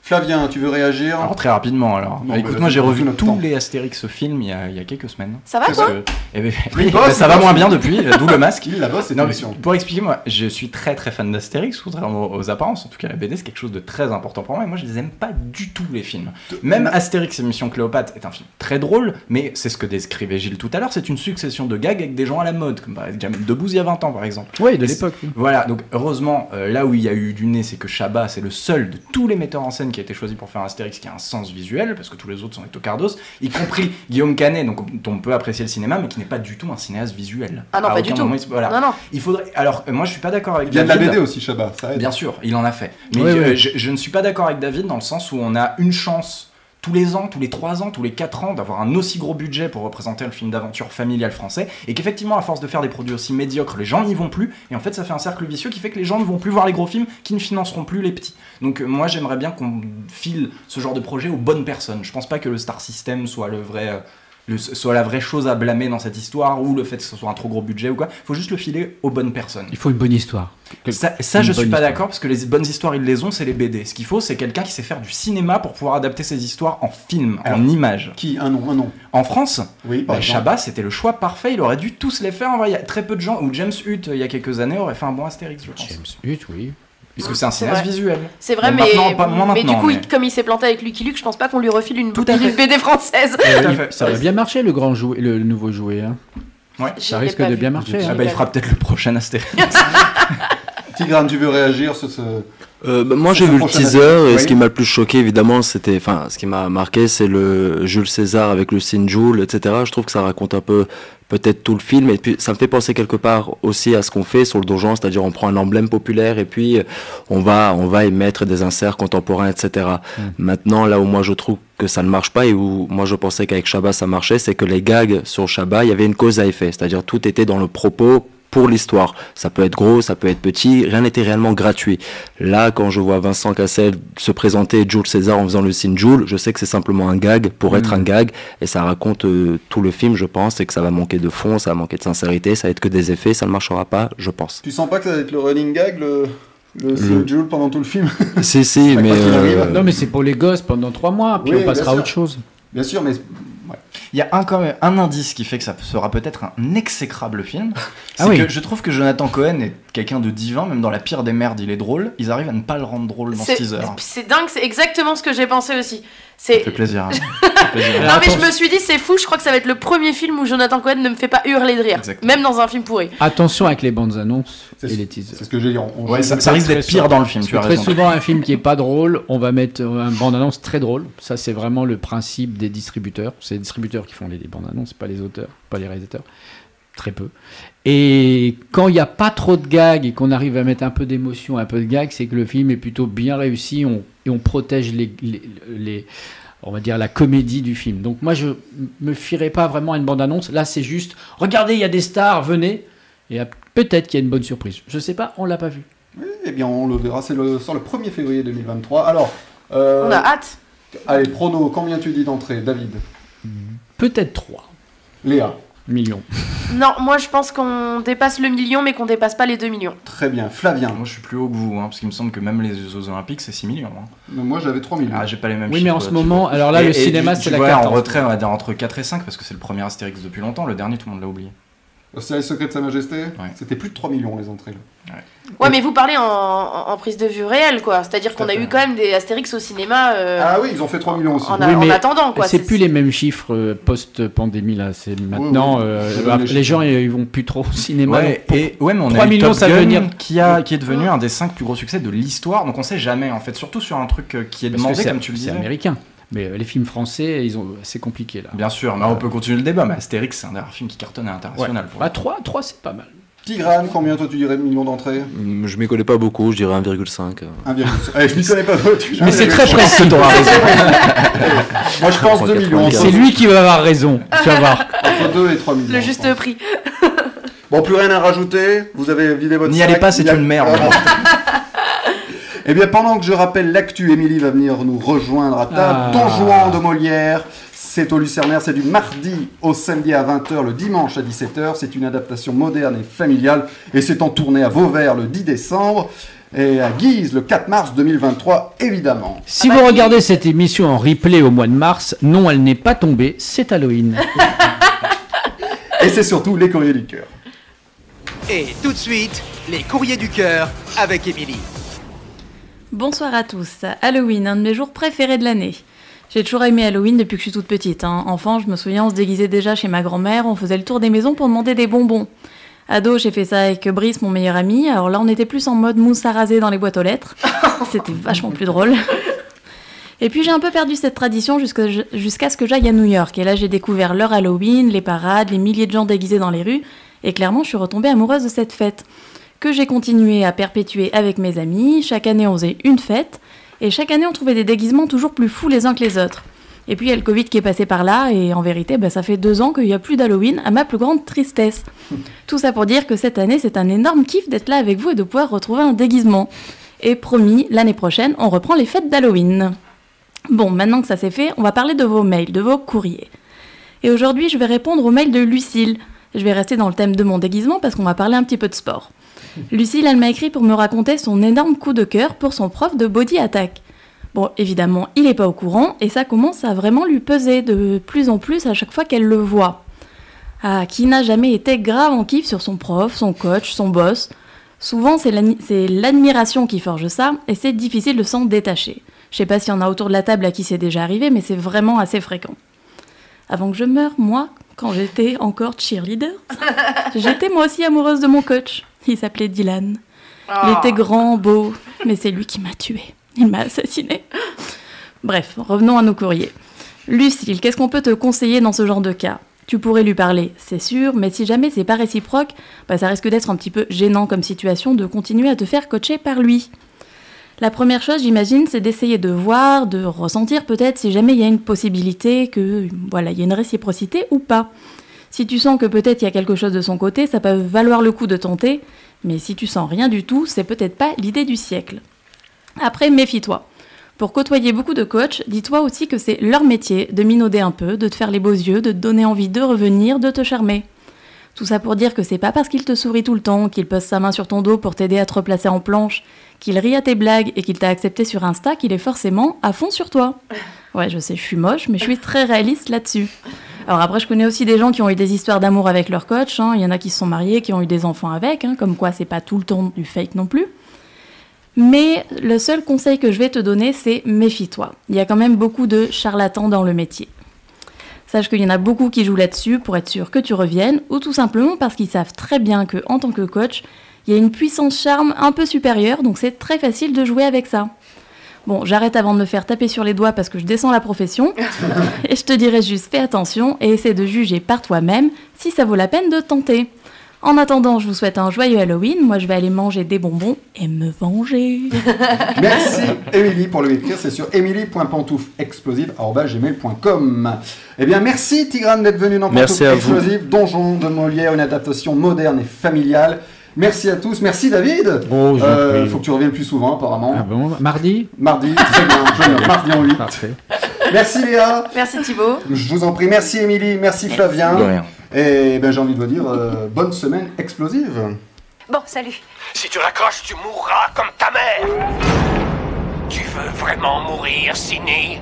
B: Flavien, tu veux réagir
H: Alors très rapidement
B: Non,
H: alors. Bah,
B: mais
H: Écoute-moi,
B: vas-y,
H: j'ai
B: prends
H: revu
B: tout notre
H: tous
B: temps.
H: les Astérix au film il y a, il y a quelques semaines.
C: Ça va,
H: Parce
C: toi
H: que-
B: [laughs]
H: Eh ben,
B: Il
H: [laughs] oui,
B: bosse,
H: bah, ça
B: il
H: va
B: bosse.
H: moins bien depuis, euh, d'où le masque.
B: [laughs] Il la bosse, cette
H: Non, mais
B: émission.
H: Pour expliquer, moi, je suis très très fan d'Astérix, contrairement aux, aux apparences. En tout cas, la BD c'est quelque chose de très important pour moi. Et moi, je les aime pas du tout les films. Même Astérix et Mission Cléopâtre est un film très drôle, mais c'est ce que décrivait Gilles tout à l'heure. C'est une succession de gags avec des gens à la mode, comme par exemple Jamel Debbouze il y a 20 ans, par exemple.
D: Oui, de
H: Et
D: l'époque.
H: c'est- Voilà, donc heureusement, euh, là où il y a eu du nez, c'est que Chabat, c'est le seul de tous les metteurs en scène qui a été choisi pour faire Astérix qui a un sens visuel, parce que tous les autres sont des tocardos, y compris Guillaume Canet, donc dont on peut apprécier le cinéma, mais qui n'est pas du tout un cinéaste visuel.
C: Ah non,
H: À
C: pas du
H: aucun
C: tout.
H: moment, il se- voilà.
C: Non, non.
H: Il faudrait. Alors, euh, moi, je suis pas d'accord avec.
B: Il y a de la
H: David.
B: BD aussi, Chabat. Ça aide.
H: Bien sûr, il en a fait. Mais
B: Ouais,
H: euh,
B: ouais.
H: Je, je ne suis pas d'accord avec David dans le sens où on a une chance tous les ans, tous les 3 ans, tous les 4 ans d'avoir un aussi gros budget pour représenter le film d'aventure familial français et qu'effectivement à force de faire des produits aussi médiocres, les gens n'y vont plus et en fait ça fait un cercle vicieux qui fait que les gens ne vont plus voir les gros films qui ne financeront plus les petits. Donc euh, moi j'aimerais bien qu'on file ce genre de projet aux bonnes personnes. Je pense pas que le Star System soit le vrai euh, le- soit la vraie chose à blâmer dans cette histoire ou le fait que ce soit un trop gros budget ou quoi, faut juste le filer aux bonnes personnes.
D: Il faut une bonne histoire.
H: Ça, ça, je
D: Une
H: suis
D: bonne
H: pas
D: histoire.
H: d'accord parce que les bonnes histoires, ils les ont, c'est les BD. Ce qu'il faut, c'est quelqu'un qui sait faire du cinéma pour pouvoir adapter ces histoires en film, en image.
B: Qui Un nom, un nom.
H: En France,
B: Oui, par
H: bah,
B: exemple.
H: Chabat, c'était le choix parfait. Il aurait dû tous les faire. En vrai, il y a très peu de gens. Ou James Hutt, il y a quelques années, aurait fait un bon Astérix, je pense.
D: James Hutt, oui.
H: Parce que c'est un
C: C'est
H: cinéaste
C: vrai.
H: visuel.
C: C'est vrai,
H: Bon,
C: mais,
H: maintenant, pas- moins
C: mais du
H: maintenant,
C: coup,
H: mais-
C: il- comme il s'est planté avec Lucky Luke, je pense pas qu'on lui refile une,
H: à
C: une
H: fait.
C: BD française.
D: Et
H: à
D: il-
H: fait.
D: Eh ça va bien marcher le grand jouet, le nouveau jouet. hein.
H: Ouais.
D: Ça risque de bien marcher.
H: Ah
D: hein.
H: bah, il fera peut-être le
C: [laughs]
H: prochain Astérix.
B: Tigrane, tu veux réagir sur ce.
E: Euh, bah, moi j'ai
B: sur
E: vu
B: ce
E: le
B: prochain
E: teaser et
B: aspect
E: ce qui m'a le plus choqué évidemment c'était enfin ce qui m'a marqué c'est le Jules César avec le signe Jules etc je trouve que ça raconte un peu peut-être tout le film et puis ça me fait penser quelque part aussi à ce qu'on fait sur le donjon c'est-à-dire on prend un emblème populaire et puis euh, on va on va émettre des inserts contemporains etc maintenant là où moi je trouve que ça ne marche pas et où moi je pensais qu'avec Shabba ça marchait c'est que les gags sur Shabba il y avait une cause à effet c'est-à-dire tout était dans le propos pour l'histoire. Ça peut être gros, ça peut être petit, rien n'était réellement gratuit. Là, quand je vois Vincent Cassel se présenter Jules César en faisant le signe Jules, je sais que c'est simplement un gag pour être un gag, et ça raconte euh, tout le film, je pense, et que ça va manquer de fond, ça va manquer de sincérité, ça va être que des effets, ça ne marchera pas, je pense.
B: Tu sens pas que ça va être le running gag, le. Le, signe Jules pendant tout le film.
E: si, si,
B: Chaque
E: mais...
B: fois qu'il arrive.
E: euh,
D: Non mais c'est pour les gosses pendant trois mois, puis
B: Oui,
D: on passera à
B: bien
D: autre chose.
B: Bien sûr, mais
H: Il y a un, quand même, un indice qui fait que ça sera peut-être un exécrable film. C'est
D: Ah oui.
H: que je trouve que Jonathan Cohen est quelqu'un de divin, même dans la pire des merdes, il est drôle. Ils arrivent à ne pas le rendre drôle dans ce
C: C'est
H: teaser. hein.
C: c'est dingue, c'est exactement ce que j'ai pensé aussi. C'est.
H: Ça fait plaisir. hein. Ça fait plaisir.
C: Non mais je me suis dit c'est fou, je crois que ça va être le premier film où Jonathan Cohen ne me fait pas hurler de rire,
H: Exactement.
C: même dans un film pourri.
D: Attention avec les bandes annonces et les teasers.
B: C'est ce que j'ai dit. on-
H: Ouais, ça, ça risque d'être pire dans le film, tu as
D: Très
H: raison.
D: souvent, un film qui est pas drôle, on va mettre euh, un bande-annonce très drôle. Ça, c'est vraiment le principe des distributeurs. C'est les distributeurs qui font les, les bandes-annonces, pas les auteurs, pas les réalisateurs. Très peu. Et quand il n'y a pas trop de gags et qu'on arrive à mettre un peu d'émotion, un peu de gags, c'est que le film est plutôt bien réussi on, et on protège les, les- les- on va dire la comédie du film. Donc moi, je me fierai pas vraiment à une bande-annonce. Là, c'est juste, regardez, il y a des stars, venez. Et euh, peut-être qu'il y a une bonne surprise. Je sais pas, on l'a pas vu.
B: Eh bien, on le verra, c'est le, sort le 1er février 2023. Alors, euh,
C: On a hâte.
B: allez, prono, combien tu dis d'entrée, David
D: Peut-être 3
B: Léa
D: millions.
C: Non, moi je pense qu'on dépasse le million mais qu'on dépasse pas les 2 millions.
B: Très bien. Flavien
H: Moi, je suis plus haut que vous, hein, parce qu'il me semble que même les Jeux Olympiques, c'est 6 millions. hein.
B: Mais Moi, j'avais 3 millions.
H: Ah, j'ai pas les mêmes
D: Oui, mais en
H: chiffres,
D: ce
H: tu
D: moment,
H: vois.
D: alors là,
H: Et-
D: le
H: et
D: cinéma, c'est
H: tu- tu
D: la
H: vois, en
D: 14.
H: retrait, on va dire entre 4 et 5, parce que c'est le premier Astérix depuis longtemps. Le dernier, tout le monde l'a oublié.
B: C'est les secrets de Sa Majesté C'était plus de 3 millions les entrées. là.
C: Ouais mais vous parlez en, en- en prise de vue réelle quoi, c'est-à-dire qu'on a eu quand même des Astérix au cinéma. euh,
B: Ah oui, ils ont fait 3 millions aussi.
C: En a-
D: Oui,
C: en
D: mais
C: attendant, quoi,
D: C'est
C: c'est-
D: plus les mêmes chiffres euh, post-pandémie là. C'est maintenant
B: oui,
D: euh,
B: ça donne les
D: les,
B: chiffres.
D: gens ils ils vont plus trop au cinéma.
H: Ouais,
D: donc pour-
H: et, ouais, mais on
D: 3
H: a eu
D: millions,
H: Top
D: ça
H: Gun
D: veut dire- Ah.
H: qui, a, qui est devenu un des 5 plus gros succès de l'histoire, donc on sait jamais en fait, surtout sur un truc euh, qui est
D: parce que
H: demandé,
D: c'est-
H: comme tu le
D: c'est
H: disais.
D: américain. Mais euh, les films français, ils ont, c'est compliqué là. Ah,
H: Bien sûr, mais on peut continuer le débat, mais Astérix, c'est un dernier film qui cartonne à l'international.
D: Bah, 3, 3 c'est pas mal.
B: Tigrane, combien toi tu dirais de millions d'entrées
E: Hum, Je m'y connais pas beaucoup, je dirais 1,5. euh.
B: 1,5. Allez, Eh, je m'y connais pas d'autres.
E: Mais c'est très précis,
B: Je
E: t'auras raison.
B: Moi je pense 2 millions.
D: C'est lui qui va avoir raison. Tu vas voir.
B: Entre 2 et 3 millions.
O: Le juste prix.
B: Bon, plus rien à rajouter. Vous avez vidé votre.
H: N'y
B: sac.
H: allez pas, c'est
B: Il y a-
H: une merde. [laughs]
B: Eh bien, pendant que je rappelle l'actu, Émilie va venir nous rejoindre à table.
H: Ah.
B: Don Juan de Molière, c'est au Lucernaire, c'est du mardi au samedi à 20h, le dimanche à 17h. C'est une adaptation moderne et familiale et c'est en tournée à Vauvert le 10 décembre et à Guise le 4 mars 2023, évidemment.
D: Si vous regardez cette émission en replay au mois de mars, non, elle n'est pas tombée, c'est Halloween.
B: Et c'est surtout les courriers du cœur.
A: Et tout de suite, les courriers du cœur avec Émilie.
C: Bonsoir à tous. Halloween, un de mes jours préférés de l'année. J'ai toujours aimé Halloween depuis que je suis toute petite. hein. Enfant, je me souviens, on se déguisait déjà chez ma grand-mère, on faisait le tour des maisons pour demander des bonbons. Ado, j'ai fait ça avec Brice, mon meilleur ami. Alors là, on était plus en mode mousse à raser dans les boîtes aux lettres. C'était vachement plus drôle. Et puis j'ai un peu perdu cette tradition jusque- jusqu'à ce que j'aille à New York. Et là, j'ai découvert leur Halloween, les parades, les milliers de gens déguisés dans les rues. Et clairement, je suis retombée amoureuse de cette fête. Que j'ai continué à perpétuer avec mes amis. Chaque année, on faisait une fête. Et chaque année, on trouvait des déguisements toujours plus fous les uns que les autres. Et puis il y a le Covid qui est passé par là, et en vérité, bah, ça fait deux ans qu'il n'y a plus d'Halloween, à ma plus grande tristesse. Tout ça pour dire que cette année, c'est un énorme kiff d'être là avec vous et de pouvoir retrouver un déguisement. Et promis, l'année prochaine, on reprend les fêtes d'Halloween. Bon, maintenant que ça c'est fait, on va parler de vos mails, de vos courriers. Et aujourd'hui, je vais répondre au mail de Lucille. Je vais rester dans le thème de mon déguisement parce qu'on va parler un petit peu de sport. Lucille, elle m'a écrit pour me raconter son énorme coup de cœur pour son prof de body attack. Bon, évidemment, il n'est pas au courant et ça commence à vraiment lui peser de plus en plus à chaque fois qu'elle le voit. Ah, qui n'a jamais été grave en kiff sur son prof, son coach, son boss Souvent, c'est l'admi- c'est l'admiration qui forge ça et c'est difficile de s'en détacher. Je sais pas s'il y en a autour de la table à qui c'est déjà arrivé, mais c'est vraiment assez fréquent. Avant que je meure, moi, quand j'étais encore cheerleader, j'étais moi aussi amoureuse de mon coach. Il s'appelait Dylan. Il
O: Ah.
C: était grand, beau, mais c'est lui qui m'a tuée. Il m'a assassinée. Bref, revenons à nos courriers. Lucille, qu'est-ce qu'on peut te conseiller dans ce genre de cas Tu pourrais lui parler, c'est sûr, mais si jamais c'est pas réciproque, bah, ça risque d'être un petit peu gênant comme situation de continuer à te faire coacher par lui. La première chose, j'imagine, c'est d'essayer de voir, de ressentir peut-être si jamais il y a une possibilité que voilà, il y a une réciprocité ou pas. Si tu sens que peut-être il y a quelque chose de son côté, ça peut valoir le coup de tenter, mais si tu sens rien du tout, c'est peut-être pas l'idée du siècle. Après, méfie-toi. Pour côtoyer beaucoup de coachs, dis-toi aussi que c'est leur métier de minauder un peu, de te faire les beaux yeux, de te donner envie de revenir, de te charmer. Tout ça pour dire que c'est pas parce qu'il te sourit tout le temps, qu'il pose sa main sur ton dos pour t'aider à te replacer en planche, qu'il rit à tes blagues et qu'il t'a accepté sur Insta qu'il est forcément à fond sur toi. Ouais, je sais, je suis moche, mais je suis très réaliste là-dessus. Alors après, je connais aussi des gens qui ont eu des histoires d'amour avec leur coach. hein. Il y en a qui se sont mariés, qui ont eu des enfants avec, hein, comme quoi c'est pas tout le temps du fake non plus. Mais le seul conseil que je vais te donner, c'est méfie-toi. Il y a quand même beaucoup de charlatans dans le métier. Sache qu'il y en a beaucoup qui jouent là-dessus pour être sûr que tu reviennes, ou tout simplement parce qu'ils savent très bien que en tant que coach, il y a une puissance charme un peu supérieure, donc c'est très facile de jouer avec ça. Bon, j'arrête avant de me faire taper sur les doigts parce que je descends la profession, et je te dirais juste fais attention et essaie de juger par toi-même si ça vaut la peine de tenter. En attendant, je vous souhaite un joyeux Halloween. Moi, je vais aller manger des bonbons et me venger.
D: [laughs]
B: Merci Émilie pour le écrire, c'est sur émilie.pantouflexplosive.com. Eh bien, merci Tigrane d'être venu dans Pantoufle
E: Merci à vous.
B: Explosive, Donjon de Molière, une adaptation moderne et familiale. Merci à tous, merci David. Euh,
D: Oh, je vous en prie.
B: faut que tu reviennes plus souvent apparemment.
D: Ah bon, mardi
B: Mardi, très
D: [laughs]
B: bien, je note, mardi en 8.
D: Parfait.
B: Merci Léa,
O: Merci Thibaut.
B: je vous en prie, merci Émilie, merci Flavien.
E: De rien.
B: Et ben, j'ai envie de vous dire, euh, bonne semaine explosive.
P: Bon, salut.
N: Si tu raccroches, tu mourras comme ta mère. Tu veux vraiment mourir, Sini